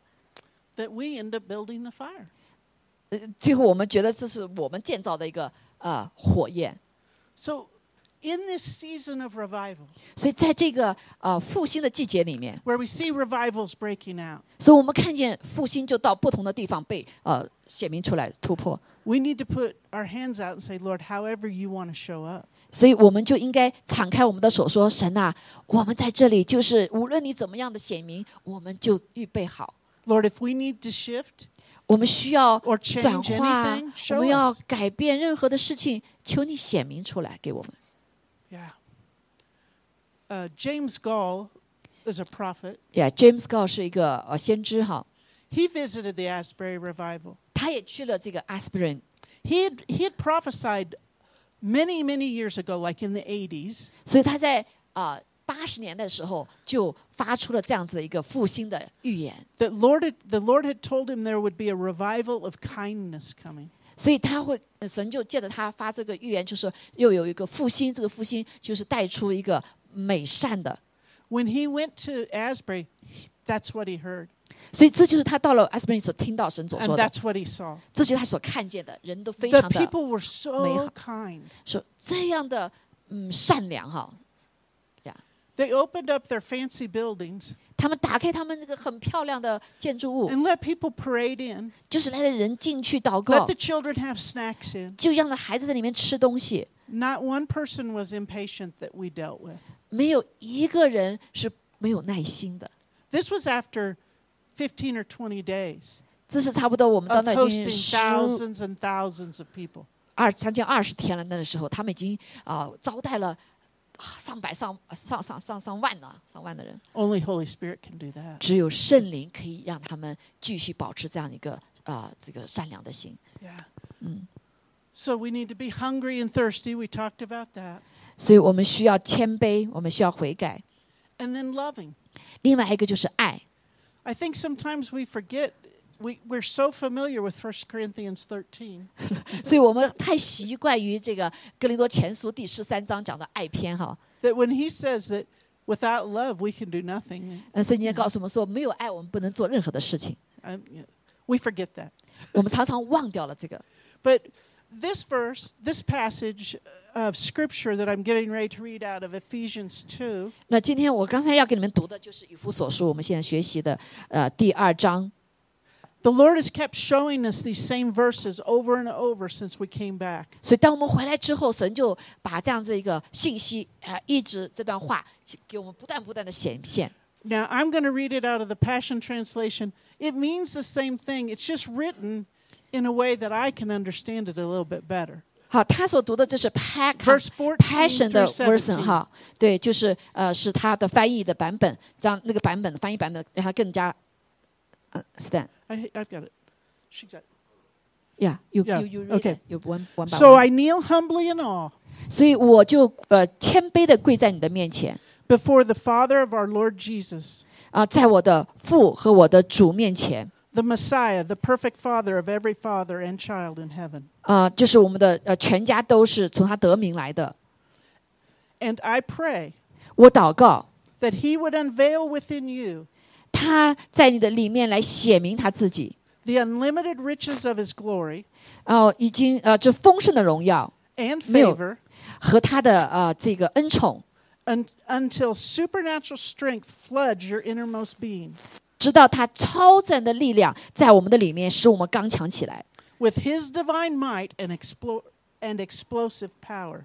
[SPEAKER 4] That we end up building the fire.
[SPEAKER 1] 呃最后我们觉得这是我们建造的一个呃火焰，
[SPEAKER 4] So, in this season of revival,
[SPEAKER 1] 所以在这个呃复兴的季节里面，
[SPEAKER 4] where we see revivals breaking out,
[SPEAKER 1] 所以我们看见复兴就到不同的地方被呃显明出来突破。
[SPEAKER 4] we need to put our hands out and say, Lord, however you want to show up.
[SPEAKER 1] 所以我们就应该敞开我们的手，说：“神啊，我们在这里，就是无论你怎么样的显明，我们就预备好。
[SPEAKER 4] Lord, if we need to shift,
[SPEAKER 1] 我们需要
[SPEAKER 4] Or change
[SPEAKER 1] 转化
[SPEAKER 4] anything,，
[SPEAKER 1] 我
[SPEAKER 4] show
[SPEAKER 1] 们要
[SPEAKER 4] us.
[SPEAKER 1] 改变任何的事情，求你显明出来给我们。
[SPEAKER 4] yeah. Uh, James Gall is a prophet. ”
[SPEAKER 1] yeah,，James Gall 是一个呃先知哈，
[SPEAKER 4] He visited the Asbury revival.
[SPEAKER 1] 他也去了这个 Aspirin，
[SPEAKER 4] He had, he had prophesied many, many years ago, like in the 80s,
[SPEAKER 1] 所以他在啊八十年代的时候就发出了这样子的一个复兴的预言。
[SPEAKER 4] that Lord had, the Lord had told him there would be a revival of kindness coming.
[SPEAKER 1] 所以他会，呃神就借着他发这个预言，就是又有一个复兴，这个复兴就是带出一个美善的。
[SPEAKER 4] When he went to Asbury, he- that's what he heard,
[SPEAKER 1] 所以这就是他到了 a s p e r 所听到神所说
[SPEAKER 4] and
[SPEAKER 1] 的，
[SPEAKER 4] that's what he saw.
[SPEAKER 1] 这就是他所看见的。人都非
[SPEAKER 4] The
[SPEAKER 1] 常的
[SPEAKER 4] people were so
[SPEAKER 1] Meha.
[SPEAKER 4] kind.
[SPEAKER 1] 说这样的，嗯，善良哈。
[SPEAKER 4] They opened up their fancy buildings
[SPEAKER 1] 他们打开他们这个很漂亮的建筑物，
[SPEAKER 4] and let people parade in,
[SPEAKER 1] 就是来的人进去祷
[SPEAKER 4] let
[SPEAKER 1] 告
[SPEAKER 4] the，children have snacks in.
[SPEAKER 1] 就让孩子在里面吃东西，
[SPEAKER 4] Not one person was impatient that we dealt with.
[SPEAKER 1] 没有一个人是没有耐心的。
[SPEAKER 4] This was after 15 or 20 days.
[SPEAKER 1] 这是差不多我们到
[SPEAKER 4] of
[SPEAKER 1] 那已
[SPEAKER 4] hosting
[SPEAKER 1] 经十
[SPEAKER 4] thousands and thousands of people.
[SPEAKER 1] 二将近二十天了，那个时候他们已经啊、呃招待了啊上百上上上上上万呢，上万的人，
[SPEAKER 4] Only Holy Spirit can do that.
[SPEAKER 1] 只有圣灵可以让他们继续保持这样一个啊、呃这个善良的心。
[SPEAKER 4] Yeah. So we need to be hungry and thirsty. We talked about that.
[SPEAKER 1] 所以我们需要谦卑，我们需要悔改。
[SPEAKER 4] And then loving.
[SPEAKER 1] 另外一个就是爱，
[SPEAKER 4] I think sometimes we forget we, we're so familiar with 1 Corinthians 13.
[SPEAKER 1] 所以我们太习惯于这个《哥林多前书》第十三章讲的爱篇哈。
[SPEAKER 4] That when he says that without love we can do nothing,
[SPEAKER 1] 呃，圣经告诉我们说，没有爱，我们不能做任何的事情。
[SPEAKER 4] I, um, we forget that.
[SPEAKER 1] 我们常常忘掉了这个。
[SPEAKER 4] But this verse, this passage of scripture that I'm getting ready to read out of Ephesians 2,
[SPEAKER 1] 那今天我刚才要给你们读的就是以弗所书，我们现在学习的呃第二章
[SPEAKER 4] The Lord has kept showing us these same verses over and over since we came back.
[SPEAKER 1] 所以当我们回来之后，神就把这样子一个信息啊、呃一直这段话给我们不断不断的显现。
[SPEAKER 4] Now, I'm going to read it out of the Passion Translation. It means the same thing, it's just written in a way that I can understand it a little bit better.
[SPEAKER 1] 好，他所读的这是 pa-
[SPEAKER 4] Verse 14
[SPEAKER 1] passion 的
[SPEAKER 4] through
[SPEAKER 1] version
[SPEAKER 4] 17
[SPEAKER 1] 哈，对，就是呃是他的翻译的版本，让那个版本翻译版本让它更加，呃，stand
[SPEAKER 4] I, I've got it. She got it.
[SPEAKER 1] yeah you
[SPEAKER 4] Yeah,
[SPEAKER 1] you you read
[SPEAKER 4] okay.
[SPEAKER 1] it, you one one by
[SPEAKER 4] So
[SPEAKER 1] one.
[SPEAKER 4] I kneel humbly in awe
[SPEAKER 1] 所以我就呃谦卑的跪在你的面前
[SPEAKER 4] before the Father of our Lord Jesus,
[SPEAKER 1] 啊、在我的父和我的主面前
[SPEAKER 4] the Messiah, the perfect Father of every father and child in heaven.
[SPEAKER 1] 啊、就是我们的呃全家都是从他得名来的。
[SPEAKER 4] And I pray
[SPEAKER 1] 我祷告，
[SPEAKER 4] that He would unveil within you
[SPEAKER 1] 他在你的里面来显明他自己，
[SPEAKER 4] the unlimited riches of His glory
[SPEAKER 1] 哦、已经呃这丰盛的荣耀
[SPEAKER 4] and
[SPEAKER 1] Mil-
[SPEAKER 4] favor
[SPEAKER 1] 和他的呃这个恩宠。
[SPEAKER 4] un- until supernatural strength floods your innermost being.
[SPEAKER 1] 直到他超自然的力量在我们的里面，使我们刚强起来
[SPEAKER 4] With His divine might and, explo- and explosive power.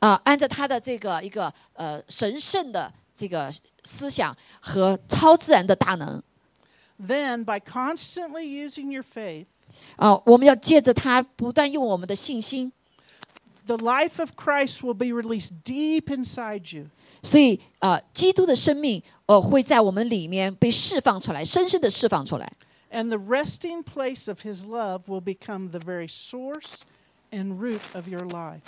[SPEAKER 1] 啊、按照他的这个一个呃神圣的这个思想和超自然的大能
[SPEAKER 4] Then, by constantly using your faith,
[SPEAKER 1] 啊、我们要借着他不断用我们的信心，
[SPEAKER 4] the life of Christ will be released deep inside you.
[SPEAKER 1] 所以呃，基督的生命呃会在我们里面被释放出来，深深的释放出来。
[SPEAKER 4] And the resting place of his love will become the very source and root of your life.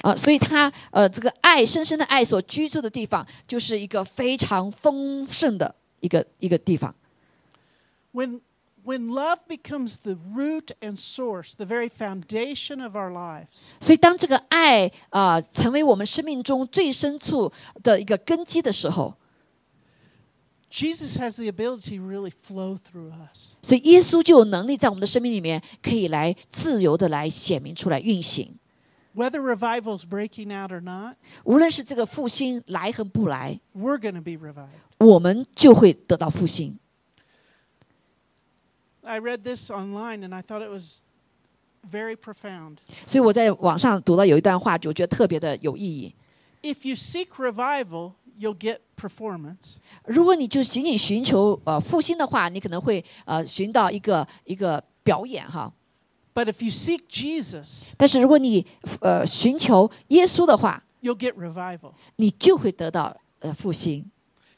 [SPEAKER 1] 啊，所以他呃，这个爱深深的爱所居住的地方，就是一个非常丰盛的一个一个地方。
[SPEAKER 4] When, when love becomes the root and source, the very foundation of our lives,
[SPEAKER 1] 所以当这个爱啊、呃成为我们生命中最深处的一个根基的时候，
[SPEAKER 4] Jesus has the ability to really flow through us.
[SPEAKER 1] 所以耶稣就有能力在我们的生命里面可以来自由的来显明出来运行。
[SPEAKER 4] Whether revival is breaking out or not,
[SPEAKER 1] 无论是这个复兴来和不来，
[SPEAKER 4] we're going to be revived.
[SPEAKER 1] 我们就会得到复兴。
[SPEAKER 4] I read this online and I thought it was very profound.
[SPEAKER 1] 所以我在网上读到有一段话，我觉得特别的有意义。
[SPEAKER 4] If you seek revival, you'll get performance.
[SPEAKER 1] 如果你就仅仅寻求呃复兴的话，你可能会呃寻到一个一个表演哈。
[SPEAKER 4] But if you seek Jesus,
[SPEAKER 1] 但是如果你呃寻求耶稣的话，
[SPEAKER 4] you'll get revival.
[SPEAKER 1] 你就会得到呃复兴。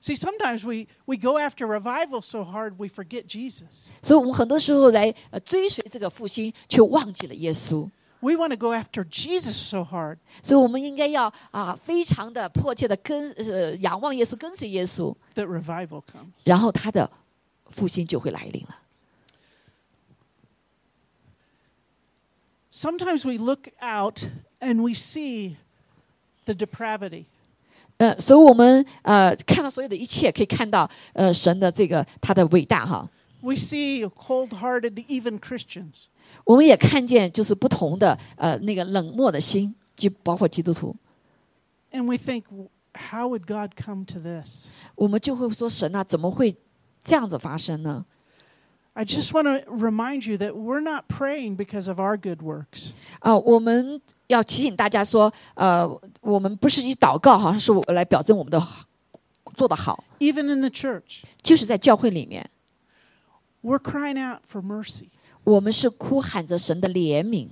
[SPEAKER 4] See, sometimes we, we go after revival so hard we forget Jesus.
[SPEAKER 1] 所以我们很多时候来呃追随这个复兴，却忘记了耶稣。
[SPEAKER 4] We want to go after Jesus so hard
[SPEAKER 1] 所以我们应该要啊，非常的迫切的跟呃仰望耶稣，跟随耶稣，
[SPEAKER 4] that revival comes.
[SPEAKER 1] 然后他的复兴就会来临了。
[SPEAKER 4] Sometimes we look out and we see the depravity,
[SPEAKER 1] 呃，所以我们呃看到所有的一切，可以看到呃神的这个他的伟大哈。
[SPEAKER 4] we see cold hearted, even Christians.
[SPEAKER 1] 我们也看见就是不同的呃那个冷漠的心，就包括基督徒，
[SPEAKER 4] And we think, how would God come to this?
[SPEAKER 1] 我们就会说神啊，怎么会这样子发生呢？
[SPEAKER 4] I just want to remind you that we're not praying because of our good works.
[SPEAKER 1] 啊、我们要提醒大家说，呃，我们不是以祷告，好像是我来表证我们的好做得好，
[SPEAKER 4] Even in the church,
[SPEAKER 1] 就是在教会里面，
[SPEAKER 4] we're crying out for mercy.
[SPEAKER 1] 我们是哭喊着神的怜悯，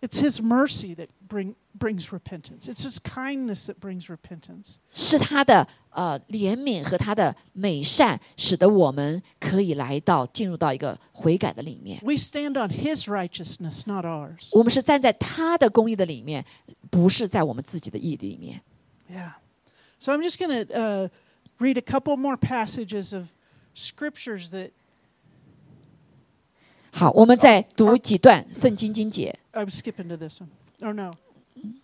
[SPEAKER 4] It's His mercy that bring, brings repentance. It's His kindness that brings repentance.
[SPEAKER 1] 是他的呃怜悯和他的美善，使得我们可以来到进入到一个悔改的里面。
[SPEAKER 4] We stand on His righteousness, not ours.
[SPEAKER 1] 我们是站在他的公义的里面，不是在我们自己的义里面。
[SPEAKER 4] Yeah. So I'm just going to uh, read a couple more passages of scriptures that
[SPEAKER 1] 好，我们再读几段圣经经节。
[SPEAKER 4] I'm skipping to this one. Oh, no.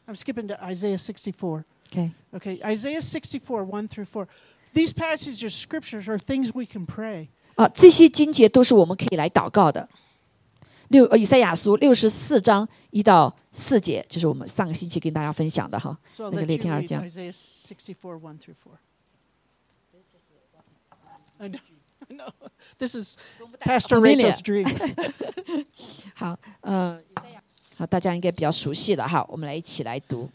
[SPEAKER 4] I'm skipping to Isaiah 64.
[SPEAKER 1] OK，
[SPEAKER 4] Okay, Isaiah 64, 1 through 4. These passages of scriptures are things we can pray.
[SPEAKER 1] 啊，这些经节都是我们可以来祷告的。六呃以赛亚书六十四章一到四节，就是我们上个星期跟大家分享的哈。
[SPEAKER 4] So I'll
[SPEAKER 1] 那个
[SPEAKER 4] let
[SPEAKER 1] 列
[SPEAKER 4] you
[SPEAKER 1] 天二
[SPEAKER 4] read
[SPEAKER 1] 讲，
[SPEAKER 4] Isaiah 64, 1 through 4. I know. no, this is Pastor Rachel's dream.
[SPEAKER 1] 好，呃，好，大家应该比较熟悉了哈，我们来一起来读，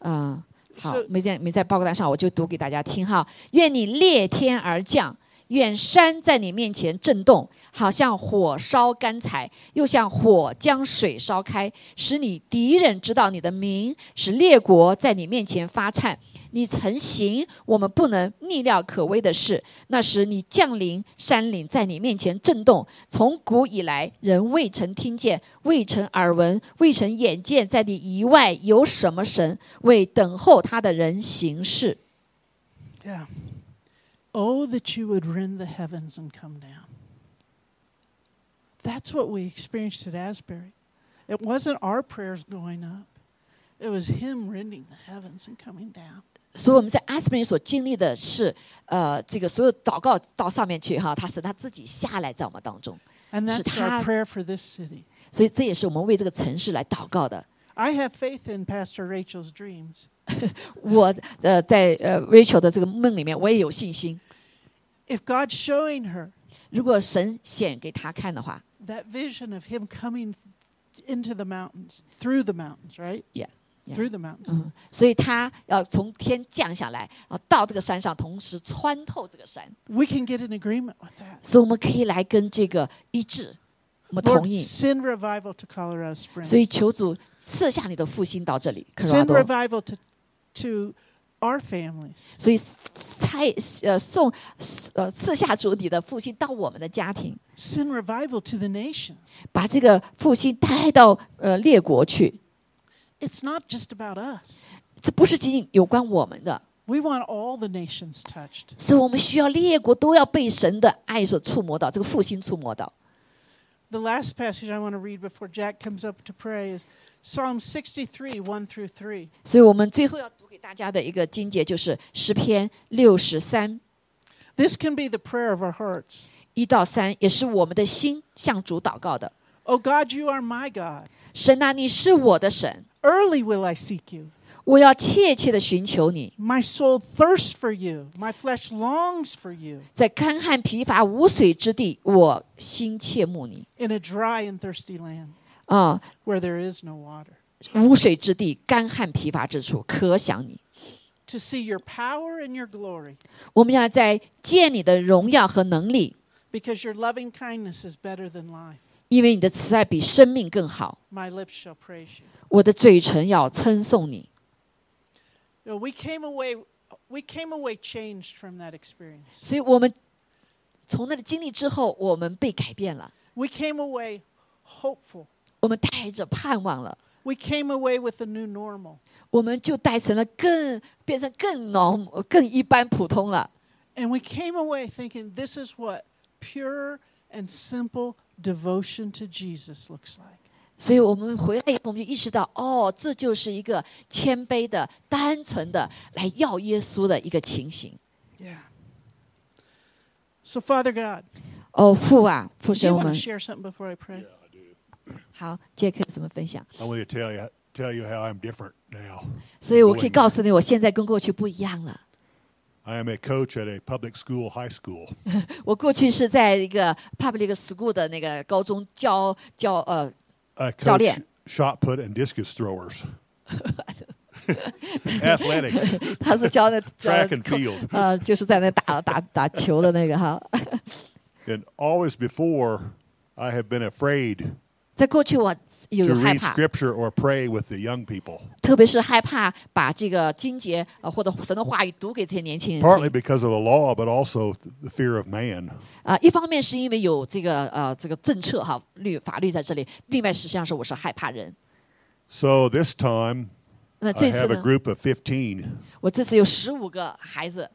[SPEAKER 1] 嗯、好
[SPEAKER 4] So-，
[SPEAKER 1] 没在没在报告单上，我就读给大家听哈。愿你裂天而降，愿山在你面前震动，好像火烧干柴，又像火将水烧开，使你敌人知道你的名，使列国在你面前发颤。你曾行我们不能逆料可微的事，那时你降临山岭，在你面前震动。从古以来，人未曾听见，未曾耳闻，未曾眼见，在你以外有什么神为等候他的人行事？
[SPEAKER 4] Yeah. Oh, that you would rend the heavens and come down. That's what we experienced at Asbury. It wasn't our prayers going up, it was Him rending the heavens and coming down.
[SPEAKER 1] 所以我们在 Aspen 所经历的是，呃，这个所有祷告到上面去哈，他使他自己下来在我们当中，
[SPEAKER 4] And that's
[SPEAKER 1] Satan.
[SPEAKER 4] our prayer for this city.
[SPEAKER 1] 所以这也是我们为这个城市来祷告的。
[SPEAKER 4] I have faith in Pastor Rachel's dreams.
[SPEAKER 1] 我呃，在呃 Rachel 的这个梦里面，我也有信心。
[SPEAKER 4] If God's showing her
[SPEAKER 1] 如果神显给他看的话，
[SPEAKER 4] that vision of Him coming into the mountains, through the mountains, right?
[SPEAKER 1] Yeah, yeah. Mm-hmm.
[SPEAKER 4] Through the mountains.
[SPEAKER 1] 嗯，所以他要从天降下来，啊，到这个山上，同时穿透这个山，
[SPEAKER 4] We can get in agreement with that.
[SPEAKER 1] 所以我们可以来跟这个一致，我们
[SPEAKER 4] Lord,
[SPEAKER 1] 同意。
[SPEAKER 4] send revival to Colorado Springs.
[SPEAKER 1] 所以求主赐下你的复兴到这里，科罗拉
[SPEAKER 4] send
[SPEAKER 1] 多。
[SPEAKER 4] revival to, to our families.
[SPEAKER 1] 所以差呃送呃赐下主你的复兴到我们的家庭，
[SPEAKER 4] Send revival to the nations.
[SPEAKER 1] 把这个复兴带到呃列国去。
[SPEAKER 4] It's not just about us.
[SPEAKER 1] 这不是仅仅有关我们的，
[SPEAKER 4] We want all the nations touched.
[SPEAKER 1] 所以我们需要列国都要被神的爱所触摸到，这个复兴触摸到。
[SPEAKER 4] The last passage I want to read before Jack comes up to pray is Psalm 63, 1 through 3.
[SPEAKER 1] 所以我们最后要读给大家的一个经节就是诗篇六十三
[SPEAKER 4] This can be the prayer of our hearts.
[SPEAKER 1] 一到三，也是我们的心向主祷告的。
[SPEAKER 4] Oh God, you are my God.
[SPEAKER 1] 神啊，你是我的神，
[SPEAKER 4] Early will I seek you.
[SPEAKER 1] 我要切切的寻求你。
[SPEAKER 4] My soul thirsts for you. My flesh longs for you
[SPEAKER 1] 在干旱疲乏无水之地，我心切慕你
[SPEAKER 4] in a dry and thirsty land
[SPEAKER 1] 啊、
[SPEAKER 4] where there is no water.
[SPEAKER 1] 无水之地，干旱疲乏之处，可想你。
[SPEAKER 4] To see your power and your glory.
[SPEAKER 1] 我们要在见你的荣耀和能力，
[SPEAKER 4] Because your loving kindness is better than life.
[SPEAKER 1] 因为你的慈爱比生命更好。
[SPEAKER 4] My lips shall praise you.
[SPEAKER 1] 我的嘴唇要称颂你。
[SPEAKER 4] You know, we came away we came away changed from that experience.
[SPEAKER 1] 所以，我们从那个经历之后，我们被改变了，
[SPEAKER 4] We came away hopeful.
[SPEAKER 1] 我们带着盼望了，
[SPEAKER 4] We came away with a new normal.
[SPEAKER 1] 我们就带成了更变成更 norm 更一般普通了。
[SPEAKER 4] And we came away thinking this is what pure and simple devotion to Jesus looks like.
[SPEAKER 1] 所以我们回来以后，我们就意识到，哦，这就是一个谦卑的、单纯的来要耶稣的一个情形。
[SPEAKER 4] Yeah. So Father God,
[SPEAKER 1] 哦，父啊，父
[SPEAKER 4] do
[SPEAKER 1] 神，
[SPEAKER 4] you
[SPEAKER 1] 我
[SPEAKER 4] want
[SPEAKER 1] 们
[SPEAKER 4] to share something before I pray?
[SPEAKER 1] 好，杰克怎么分享？
[SPEAKER 5] I want to tell you tell you how I'm different now.
[SPEAKER 1] 所以我可以
[SPEAKER 5] Going-
[SPEAKER 1] 告诉你，我现在跟过去不一样了。
[SPEAKER 5] I am a coach at a public school high school.
[SPEAKER 1] 我过去是在一个 public school 的那个高中教教呃
[SPEAKER 5] I
[SPEAKER 1] 教
[SPEAKER 5] coach
[SPEAKER 1] 练
[SPEAKER 5] shot put and discus throwers. Athletics,
[SPEAKER 1] 他是教那教
[SPEAKER 5] [laughs] track and field.
[SPEAKER 1] 呃，就是在那打 [laughs] 打打球的那个哈。
[SPEAKER 5] And always before I have been afraid
[SPEAKER 1] 在过去我有
[SPEAKER 5] to
[SPEAKER 1] 害
[SPEAKER 5] read
[SPEAKER 1] 怕，
[SPEAKER 5] scripture or pray with the young people.
[SPEAKER 1] 特别是害怕把这个经节呃或者神的话语读给这些年轻人听。
[SPEAKER 5] Partly because of the law, but also th- the fear of man.
[SPEAKER 1] 啊、一方面是因为有这个呃这个政策哈律法律在这里，另外实际上是我是害怕人。
[SPEAKER 5] So this time
[SPEAKER 1] 那
[SPEAKER 5] I
[SPEAKER 1] 这次
[SPEAKER 5] have a
[SPEAKER 1] 呢，
[SPEAKER 5] group of 15.
[SPEAKER 1] 我这次有十五个孩子，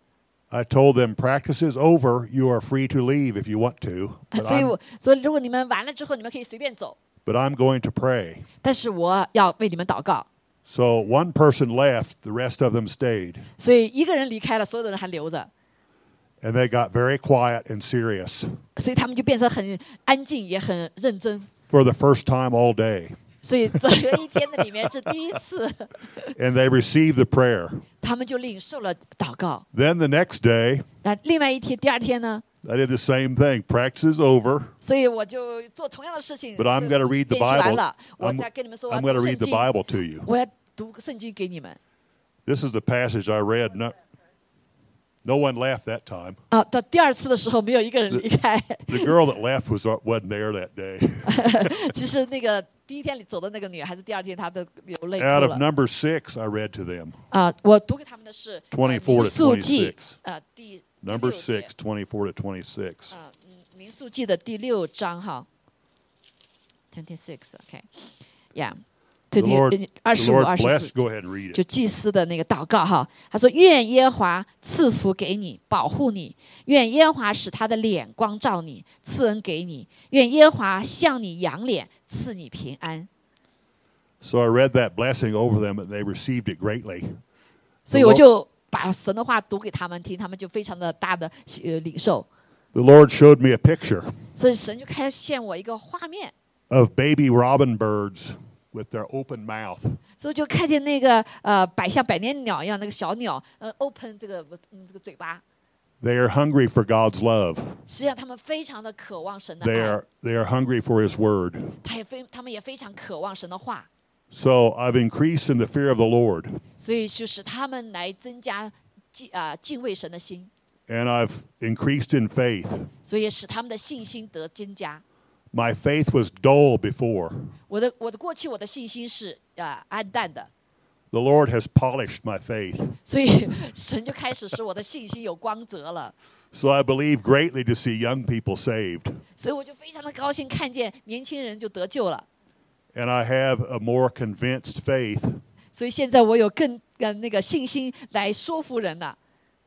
[SPEAKER 5] I told them practice is over. You are free to leave if you want to. But
[SPEAKER 1] 所以
[SPEAKER 5] I'm,
[SPEAKER 1] 我所以如果你们完了之后，你们可以随便走，
[SPEAKER 5] but I'm going to pray.
[SPEAKER 1] 但是我要为你们祷告。
[SPEAKER 5] So one person left, the rest of them stayed.
[SPEAKER 1] 所以一个人离开了，所有的人还留着，
[SPEAKER 5] And they got very quiet and serious
[SPEAKER 1] 所以他们就变成很安静，也很认真。
[SPEAKER 5] for the first time all day.
[SPEAKER 1] 所以
[SPEAKER 5] [laughs]
[SPEAKER 1] 整个一天的里面，这第一 [laughs] 次，
[SPEAKER 5] And they received the prayer.
[SPEAKER 1] 他们就领受了祷告。
[SPEAKER 5] Then the next day,
[SPEAKER 1] 那另外一天，第二天呢？
[SPEAKER 5] I did the same thing. Practice is over.
[SPEAKER 1] 所以我就做同样的事情。
[SPEAKER 5] But I'm
[SPEAKER 1] 这
[SPEAKER 5] gonna read the
[SPEAKER 1] 练习完
[SPEAKER 5] Bible.
[SPEAKER 1] 了，我
[SPEAKER 5] I'm-
[SPEAKER 1] 再跟你们说，
[SPEAKER 5] I'm
[SPEAKER 1] 我
[SPEAKER 5] going
[SPEAKER 1] 要
[SPEAKER 5] to
[SPEAKER 1] 读
[SPEAKER 5] read
[SPEAKER 1] 圣
[SPEAKER 5] the
[SPEAKER 1] 经，
[SPEAKER 5] Bible to you.
[SPEAKER 1] 我要读圣经给你们。
[SPEAKER 5] This is the passage I read. No, no one laughed that time.
[SPEAKER 1] 啊，到第二次的时候，没有一个人离开。
[SPEAKER 5] The girl that laughed was uh, wasn't there that day.
[SPEAKER 1] [laughs] 其实那个第一天走的那个女孩子，第二天她都流泪哭
[SPEAKER 5] Out of
[SPEAKER 1] 了。
[SPEAKER 5] number six, I read to them
[SPEAKER 1] 啊，我读给他们的是呃
[SPEAKER 5] 24
[SPEAKER 1] 民
[SPEAKER 5] to
[SPEAKER 1] 数记
[SPEAKER 5] 26
[SPEAKER 1] 呃第第
[SPEAKER 5] number
[SPEAKER 1] 六节
[SPEAKER 5] six, 24 to 26.
[SPEAKER 1] 啊，嗯民数记的第六章哈，twenty six，OK，yeah，
[SPEAKER 5] The Lord,
[SPEAKER 1] 二
[SPEAKER 5] the
[SPEAKER 1] 十 uh, 五
[SPEAKER 5] Lord
[SPEAKER 1] 二十
[SPEAKER 5] blessed.
[SPEAKER 1] 四
[SPEAKER 5] Go ahead and read
[SPEAKER 1] 就
[SPEAKER 5] it.
[SPEAKER 1] 祭司的那个祷告哈，他说：“愿耶和华赐福给你，保护你；愿耶和华使他的脸光照你，赐恩给你；愿耶和华向你扬脸，赐你平安。
[SPEAKER 5] So I read that blessing over them, and they received it greatly. ”
[SPEAKER 1] 所以我就把神的话读给他们听，他们就非常的大的呃领受。
[SPEAKER 5] The Lord showed me a picture
[SPEAKER 1] 所以神就开始现我一个画面，
[SPEAKER 5] of baby robin birds with their open mouth.
[SPEAKER 1] 所以就看见那个呃百像百年鸟一样那个小鸟，呃，open 这个嗯这个嘴巴，
[SPEAKER 5] They are hungry for God's love.
[SPEAKER 1] 实际上他们非常的渴望神的
[SPEAKER 5] They
[SPEAKER 1] 爱，
[SPEAKER 5] are they are hungry for His word.
[SPEAKER 1] 他也非他们也非常渴望神的话。
[SPEAKER 5] So I've increased in the fear of the Lord,
[SPEAKER 1] 所以就使他们来增加敬啊、敬畏神的心，
[SPEAKER 5] and I've increased in faith.
[SPEAKER 1] 所以使他们的信心得增加。
[SPEAKER 5] My faith was dull before.
[SPEAKER 1] 我的我的过去我的信心是啊、暗淡的，
[SPEAKER 5] The Lord has polished my faith.
[SPEAKER 1] 所以神就开始使我的信心有光泽了。
[SPEAKER 5] So I believe greatly to see young people saved.
[SPEAKER 1] 所以我就非常的高兴，看见年轻人就得救了。
[SPEAKER 5] And I have a more convinced faith
[SPEAKER 1] 所以现在我有更呃那个信心来说服人了。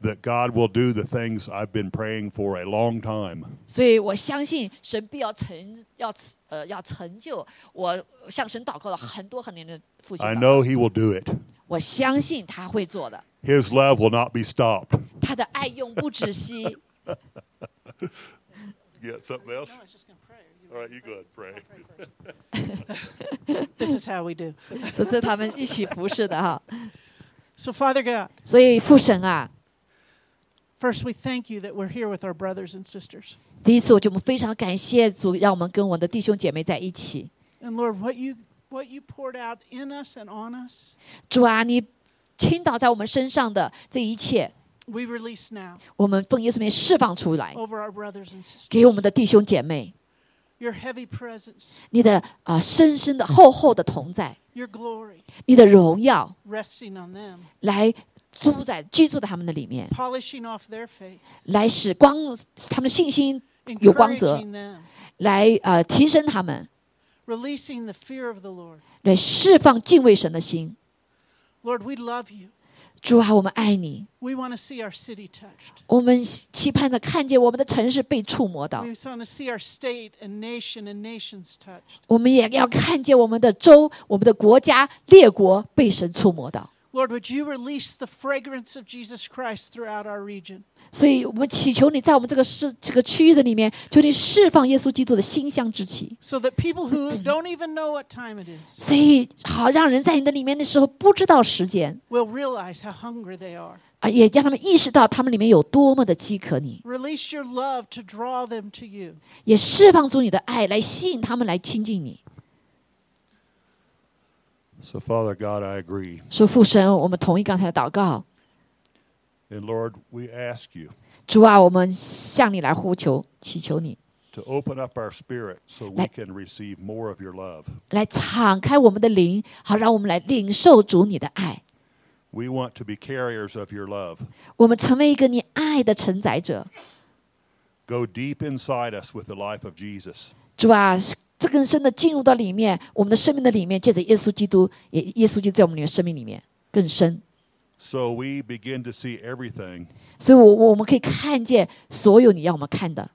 [SPEAKER 5] that God will do the things I've been praying for a long time.
[SPEAKER 1] 所以我相信神必要成要呃要成就我向神祷告了很多很多年的复兴
[SPEAKER 5] I
[SPEAKER 1] 祷告
[SPEAKER 5] know He will do it.
[SPEAKER 1] 我相信他会做的，
[SPEAKER 5] His love will not be stopped.
[SPEAKER 1] 他的爱用不止息。
[SPEAKER 5] You got something else?
[SPEAKER 4] was just going to pray.
[SPEAKER 5] All right, you go ahead and pray.
[SPEAKER 4] This is how we do.
[SPEAKER 1] [laughs] 这是他们一起服侍的哈。
[SPEAKER 4] So, Father God,
[SPEAKER 1] 所以父神啊，
[SPEAKER 4] first we thank you that we're here with our brothers and sisters.
[SPEAKER 1] 第一次我就非常感谢主，让我们跟我的弟兄姐妹在一起。
[SPEAKER 4] And Lord, what you what you poured out in us and on us,
[SPEAKER 1] 主啊，你倾倒在我们身上的这一切，
[SPEAKER 4] we release now
[SPEAKER 1] 我们奉耶稣名释放出来，
[SPEAKER 4] over our brothers and sisters.
[SPEAKER 1] 给我们的弟兄姐妹，
[SPEAKER 4] Your heavy presence,
[SPEAKER 1] 你的啊、深深的、厚厚的同在，
[SPEAKER 4] your glory
[SPEAKER 1] 你的荣耀
[SPEAKER 4] resting on them,
[SPEAKER 1] 来住在居住在他们的里面，
[SPEAKER 4] polishing off their faith,
[SPEAKER 1] 来使光他们的信心有光泽，
[SPEAKER 4] encouraging them,
[SPEAKER 1] 来呃提升他们，
[SPEAKER 4] releasing the fear of the Lord.
[SPEAKER 1] 来释放敬畏神的心。
[SPEAKER 4] Lord, we love you.
[SPEAKER 1] 主啊，我们爱你。
[SPEAKER 4] We want to see our city touched.
[SPEAKER 1] 我们期盼着看见我们的城市被触摸到
[SPEAKER 4] We，want to see our state and nation and nations touched.
[SPEAKER 1] 我们也要看见我们的州、我们的国家、列国被神触摸到。
[SPEAKER 4] Lord, would you release the fragrance of Jesus Christ throughout our region?
[SPEAKER 1] 所以，我们祈求你在我们这个市、这个区域的里面，求你释放耶稣基督的馨香之气，
[SPEAKER 4] So that people who don't even know what time it is
[SPEAKER 1] 所以好让人在你的里面的时候不知道时间
[SPEAKER 4] will realize how hungry they are.
[SPEAKER 1] 啊，也让他们意识到他们里面有多么的饥渴你，
[SPEAKER 4] Release your love to draw them to you.
[SPEAKER 1] 也释放出你的爱来吸引他们来亲近你。
[SPEAKER 5] So, Father God, I agree.
[SPEAKER 1] 说父神，我们同意刚才的祷告，
[SPEAKER 5] And Lord, we ask you
[SPEAKER 1] 主啊，我们向你来呼求，祈求你。
[SPEAKER 5] to open up our spirit so we
[SPEAKER 1] Let-
[SPEAKER 5] can receive more of your love.
[SPEAKER 1] 来敞开我们的灵，好让我们来领受主你的爱。
[SPEAKER 5] We want to be carriers of your love.
[SPEAKER 1] 我们成为一个你爱的承载者，
[SPEAKER 5] Go deep inside us with the life of Jesus.
[SPEAKER 1] 主啊，这更深的进入到里面，我们的生命的里面，借着耶稣基督，也耶稣就在我们里面生命里面更深。
[SPEAKER 5] So we begin to see everything
[SPEAKER 1] 所以我，我我们可以看见所有你要我们看的，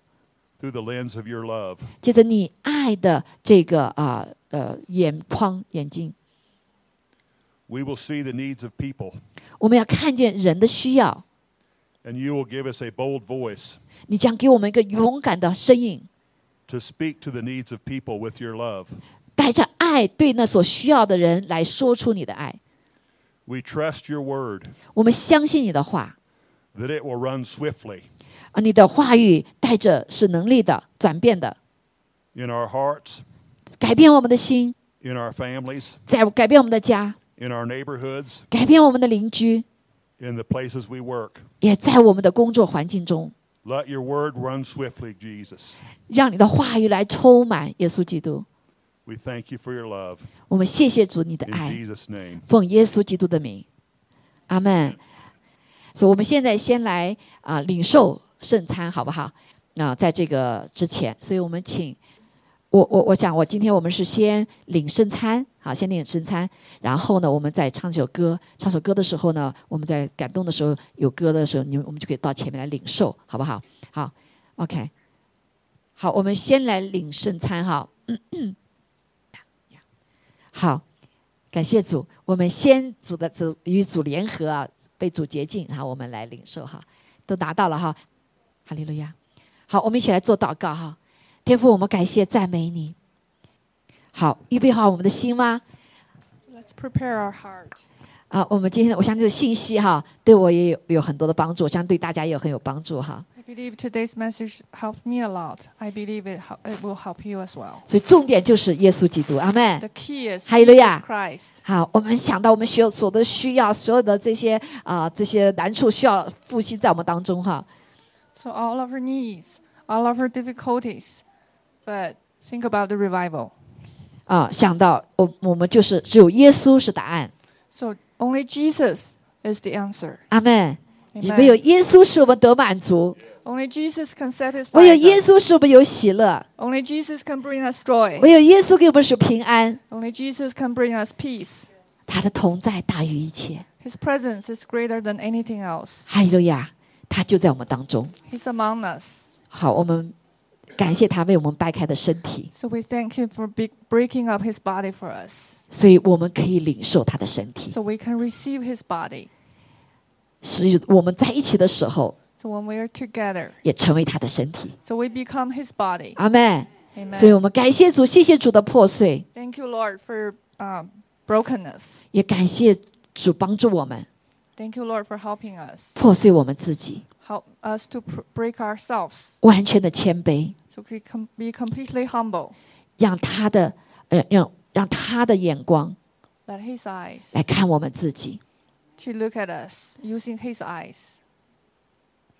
[SPEAKER 5] through the lens of your love.
[SPEAKER 1] 借着你爱的这个啊呃眼眶眼睛，
[SPEAKER 5] We will see the needs of people,
[SPEAKER 1] 我们要看见人的需要。
[SPEAKER 5] and you will give us a bold voice
[SPEAKER 1] 你将给我们一个勇敢的身影，
[SPEAKER 5] to speak to the needs of people with your love.
[SPEAKER 1] 带着爱对那所需要的人来说出你的爱。
[SPEAKER 5] We trust your word
[SPEAKER 1] 我们相信你的话，
[SPEAKER 5] that it will run swiftly,
[SPEAKER 1] 啊、啊，你的话语带着是能力的、转变的，
[SPEAKER 3] in our hearts,
[SPEAKER 1] 改变我们的心，
[SPEAKER 3] in our families,
[SPEAKER 1] 在改变我们的家，
[SPEAKER 3] in our neighborhoods,
[SPEAKER 1] 改变我们的邻居，
[SPEAKER 3] in the places we work.
[SPEAKER 1] 也在我们的工作环境中，
[SPEAKER 3] Let your word run swiftly, Jesus.
[SPEAKER 1] 让你的话语来充满耶稣基督。
[SPEAKER 3] We thank you for your love.
[SPEAKER 1] 我们谢谢主你的
[SPEAKER 3] In
[SPEAKER 1] 爱，
[SPEAKER 3] Jesus' name.
[SPEAKER 1] 奉耶稣基督的名，阿门。所以我们现在先来啊、领受圣餐，好不好？那、在这个之前，所以我们请我我我想我今天我们是先领圣餐，好，先领圣餐，然后呢，我们再唱首歌，唱首歌的时候呢，我们在感动的时候有歌的时候，你们我们就可以到前面来领受，好不好？好，OK，好，我们先来领圣餐哈。 [coughs] 好，感谢主，我们先主的主与主联合啊，被主洁净，好，我们来领受哈，都拿到了哈，哈利路亚。好，我们一起来做祷告哈，天父，我们感谢赞美你。好，预备好我们的心吗？
[SPEAKER 2] Let's prepare our heart.
[SPEAKER 1] 啊，我们今天我相信这个信息哈，对我也有有很多的帮助，我相信对大家也有很有帮助哈。
[SPEAKER 2] I believe today's message helped me a lot. I believe it, hel- it will help you as well.
[SPEAKER 1] 所以重点就是耶稣基督，阿门
[SPEAKER 2] The。key is
[SPEAKER 1] Hallelujah.
[SPEAKER 2] Jesus Christ.
[SPEAKER 1] 好，我们想到我们需要所有的需要，所有的这些啊、这些难处需要复兴在我们当中哈。
[SPEAKER 2] So all of our needs, all of our difficulties, but think about the revival.
[SPEAKER 1] 啊，想到我我们就是只有耶稣是答案，
[SPEAKER 2] So only Jesus is the answer.
[SPEAKER 1] 阿门。
[SPEAKER 2] Amen.
[SPEAKER 1] 唯有耶稣使我们得满足，
[SPEAKER 2] Only Jesus can satisfy
[SPEAKER 1] 唯有耶
[SPEAKER 2] us.
[SPEAKER 1] 稣使我们有喜乐，
[SPEAKER 2] Only Jesus can bring us joy.
[SPEAKER 1] 唯有耶稣给我们是平安。
[SPEAKER 2] Only Jesus can bring us peace.
[SPEAKER 1] 他的同在大于一切，
[SPEAKER 2] His presence is greater than anything else.
[SPEAKER 1] 哈利路亚，他就在我们当中。
[SPEAKER 2] He's among us.
[SPEAKER 1] 好，我们感谢他为我们掰开的身体，
[SPEAKER 2] So we thank him for be- breaking up his body for us.
[SPEAKER 1] 所以我们可以领受他的身体。
[SPEAKER 2] So we can receive his body.
[SPEAKER 1] 使我们在一起的时候，
[SPEAKER 2] So when we are together,
[SPEAKER 1] 也成为他的身体。
[SPEAKER 2] so we become his body.
[SPEAKER 1] 阿门。所以
[SPEAKER 2] Amen.
[SPEAKER 1] 我们感谢主，谢谢主的破碎，
[SPEAKER 2] Thank you, Lord, for um, brokenness.
[SPEAKER 1] 也感谢主帮助我们
[SPEAKER 2] Thank you, Lord, for helping us.
[SPEAKER 1] 破碎我们自己，
[SPEAKER 2] Help us to pr- break ourselves
[SPEAKER 1] 完全的谦卑，
[SPEAKER 2] so we can be completely humble.
[SPEAKER 1] 让他的呃让让他的眼光
[SPEAKER 2] Let his eyes
[SPEAKER 1] 来看我们自己。
[SPEAKER 2] to look at us using his eyes.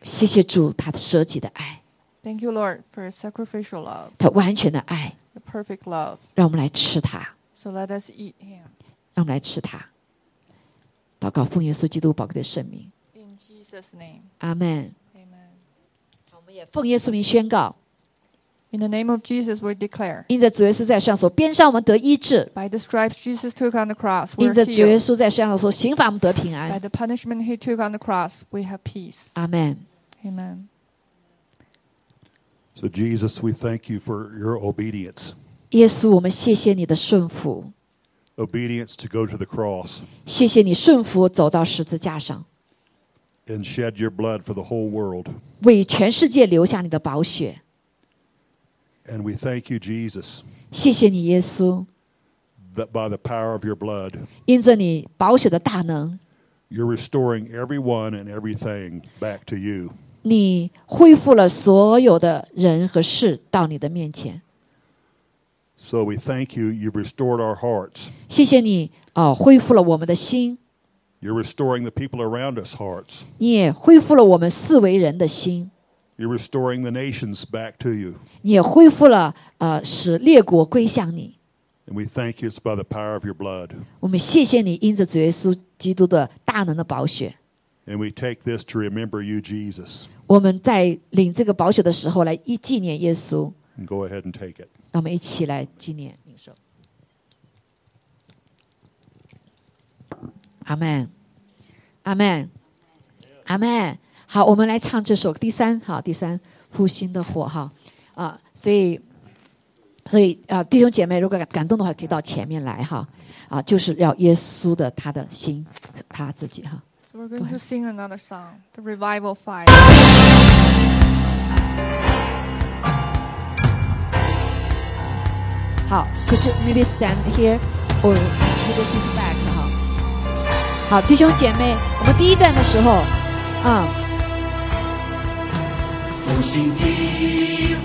[SPEAKER 1] 谢谢主，他舍己的爱，
[SPEAKER 2] Thank you, Lord, for sacrificial love,
[SPEAKER 1] 他完全的爱，
[SPEAKER 2] the perfect love.
[SPEAKER 1] 让我们来吃它，
[SPEAKER 2] So let us eat him.
[SPEAKER 1] 让我们来吃它。祷告，奉耶稣基督宝贵的圣名，
[SPEAKER 2] In Jesus' name,
[SPEAKER 1] 阿门。
[SPEAKER 2] amen.
[SPEAKER 1] 我们也奉耶稣名宣告，
[SPEAKER 2] In the name of Jesus, we declare.
[SPEAKER 1] 因着主耶稣在世上所鞭伤，我们得医治；
[SPEAKER 2] By the stripes Jesus took on the cross, we
[SPEAKER 1] 因
[SPEAKER 2] are
[SPEAKER 1] 着主耶
[SPEAKER 2] healed.
[SPEAKER 1] 稣在世上所刑罚，我们得平
[SPEAKER 2] By
[SPEAKER 1] 安。
[SPEAKER 2] the punishment he took on the cross, we have peace.
[SPEAKER 1] 阿门。
[SPEAKER 2] Amen.
[SPEAKER 5] So,
[SPEAKER 3] Jesus, we thank you for your obedience,
[SPEAKER 1] 耶稣，我们谢谢你的顺服，
[SPEAKER 3] obedience to go to the cross
[SPEAKER 1] 谢谢你顺服走到十字架上，
[SPEAKER 3] and shed your blood for the whole world.
[SPEAKER 1] 为全世界留下你的宝血。
[SPEAKER 3] And we thank you, Jesus,
[SPEAKER 1] 谢谢你，耶稣，
[SPEAKER 3] that by the power of your blood,
[SPEAKER 1] 因着你宝血的大能，
[SPEAKER 3] you're restoring everyone and everything back to you.
[SPEAKER 1] 你恢复了所有的人和事到你的面前。
[SPEAKER 3] So we thank you. You've restored our hearts.
[SPEAKER 1] 谢谢你，哦，恢复了我们的心，
[SPEAKER 3] You're restoring the people around us' hearts.
[SPEAKER 1] 你也恢复了我们四维人的心，
[SPEAKER 3] You're restoring the nations back to you.
[SPEAKER 1] 你也恢复了呃，使列国归向你。
[SPEAKER 3] And we thank you. It's by the power of your blood.
[SPEAKER 1] 我们谢谢你，因着主耶稣基督的大能的宝血，
[SPEAKER 3] And we take this to remember you, Jesus.
[SPEAKER 1] 我们在领这个宝血的时候来一纪念耶稣。
[SPEAKER 3] And go ahead and take it.
[SPEAKER 1] 让我们一起来纪念领受。阿门，阿门，阿门。好，我们来唱这首第三，好，第三复兴的火，哈啊，所以。所以啊、弟兄姐妹，如果感感动的话，可以到前面来哈，啊，就是要耶稣的他的心，他自己哈。
[SPEAKER 2] So we're going
[SPEAKER 1] ahead.
[SPEAKER 2] to sing another song, the revival fire.
[SPEAKER 1] Could you maybe stand here or maybe sit back 哈？好，啊弟兄姐妹，我们第一段的时候，嗯，
[SPEAKER 6] 复兴的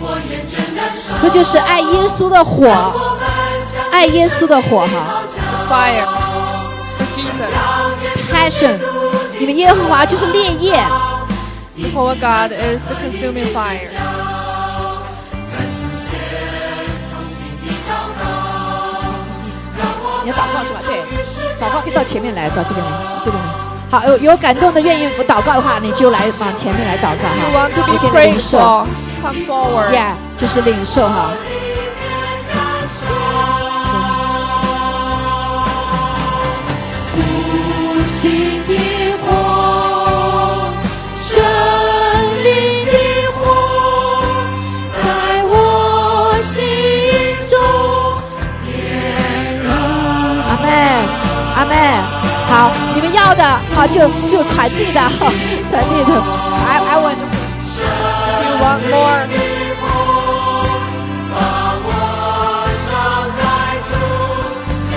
[SPEAKER 6] 火焰正燃烧，
[SPEAKER 1] 这就是爱耶稣的火，
[SPEAKER 6] 我们向
[SPEAKER 1] 爱耶稣的火哈
[SPEAKER 2] fire for Jesus.
[SPEAKER 1] ，passion。你们耶和华就是烈焰，
[SPEAKER 2] Jehovah God is the consuming fire.
[SPEAKER 7] 你要祷告是吧？对，
[SPEAKER 1] 祷告可以到前面来，到这边来，这边来。好，有有感动的愿意我祷告的话，你就来往前面来祷告
[SPEAKER 2] You
[SPEAKER 1] 哈
[SPEAKER 2] want to
[SPEAKER 1] 你
[SPEAKER 2] be
[SPEAKER 1] 可以领
[SPEAKER 2] prayed
[SPEAKER 1] 受
[SPEAKER 2] for? Come forward.
[SPEAKER 1] ，yeah，就是领受哈。
[SPEAKER 6] 复兴的火，神灵的火，在我心中点燃。
[SPEAKER 1] 阿妹，阿妹，好，你们要的好就就传递的， [laughs] 哈传递的。I I want
[SPEAKER 2] If you want more,
[SPEAKER 6] 把我烧在主祭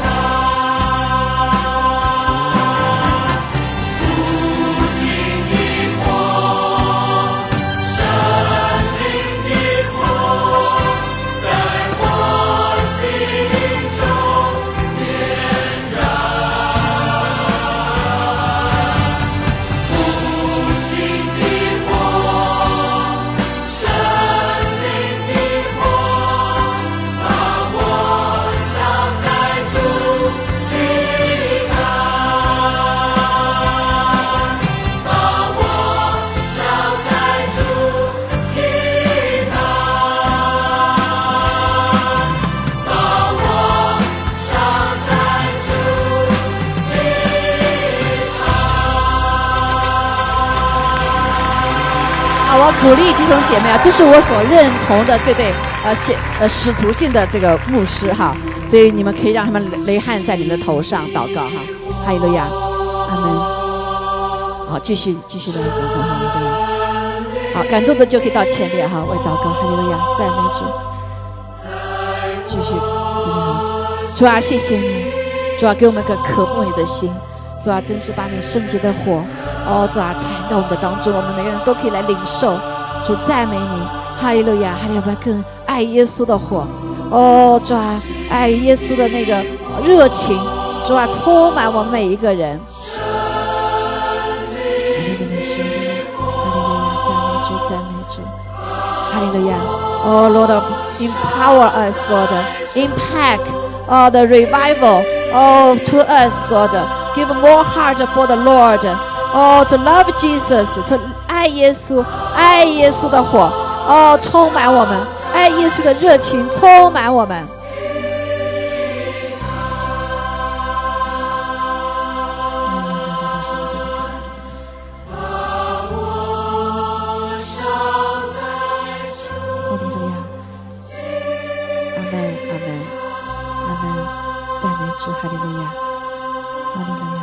[SPEAKER 6] 坛，复兴的火，生命的火，在我心中点燃，复兴的火。生命的火，把我烧在主祭坛，把我烧在主祭坛，把我烧在主祭
[SPEAKER 1] 啊，我鼓励弟兄姐妹啊，这是我所认同的这对呃信呃使徒性的这个牧师哈，所以你们可以让他们雷雷汗在你们的头上祷告哈，哈利路亚，阿门。好，继续继续的祷告哈，哈利路亚。好，感动的就可以到前面哈，为祷告，哈利路亚，赞美主。继续，今天好，主啊，谢谢你，主啊，给我们个渴慕你的心，主啊，真是把你圣洁的火。哦，主啊，参与到我们的当中，我们每个人都可以来领受。主赞美你，哈利路亚，哈利路亚，更爱耶稣的火。哦，主啊，爱耶稣的那个热情，主啊，充满我们每一个人。哈利路亚，哈利路亚，赞美主，赞美主，哈利路亚。Oh Lord, empower us, Lord. Impact uh, the revival oh, to us, Lord. Give more heart for the Lord. Oh, to love Jesus, to 爱耶稣，爱耶稣的火，哦，充满我们，爱耶稣的热情充满我们。哈利路亚，阿门，阿门，阿门，赞美主，哈利路亚，哈利路亚。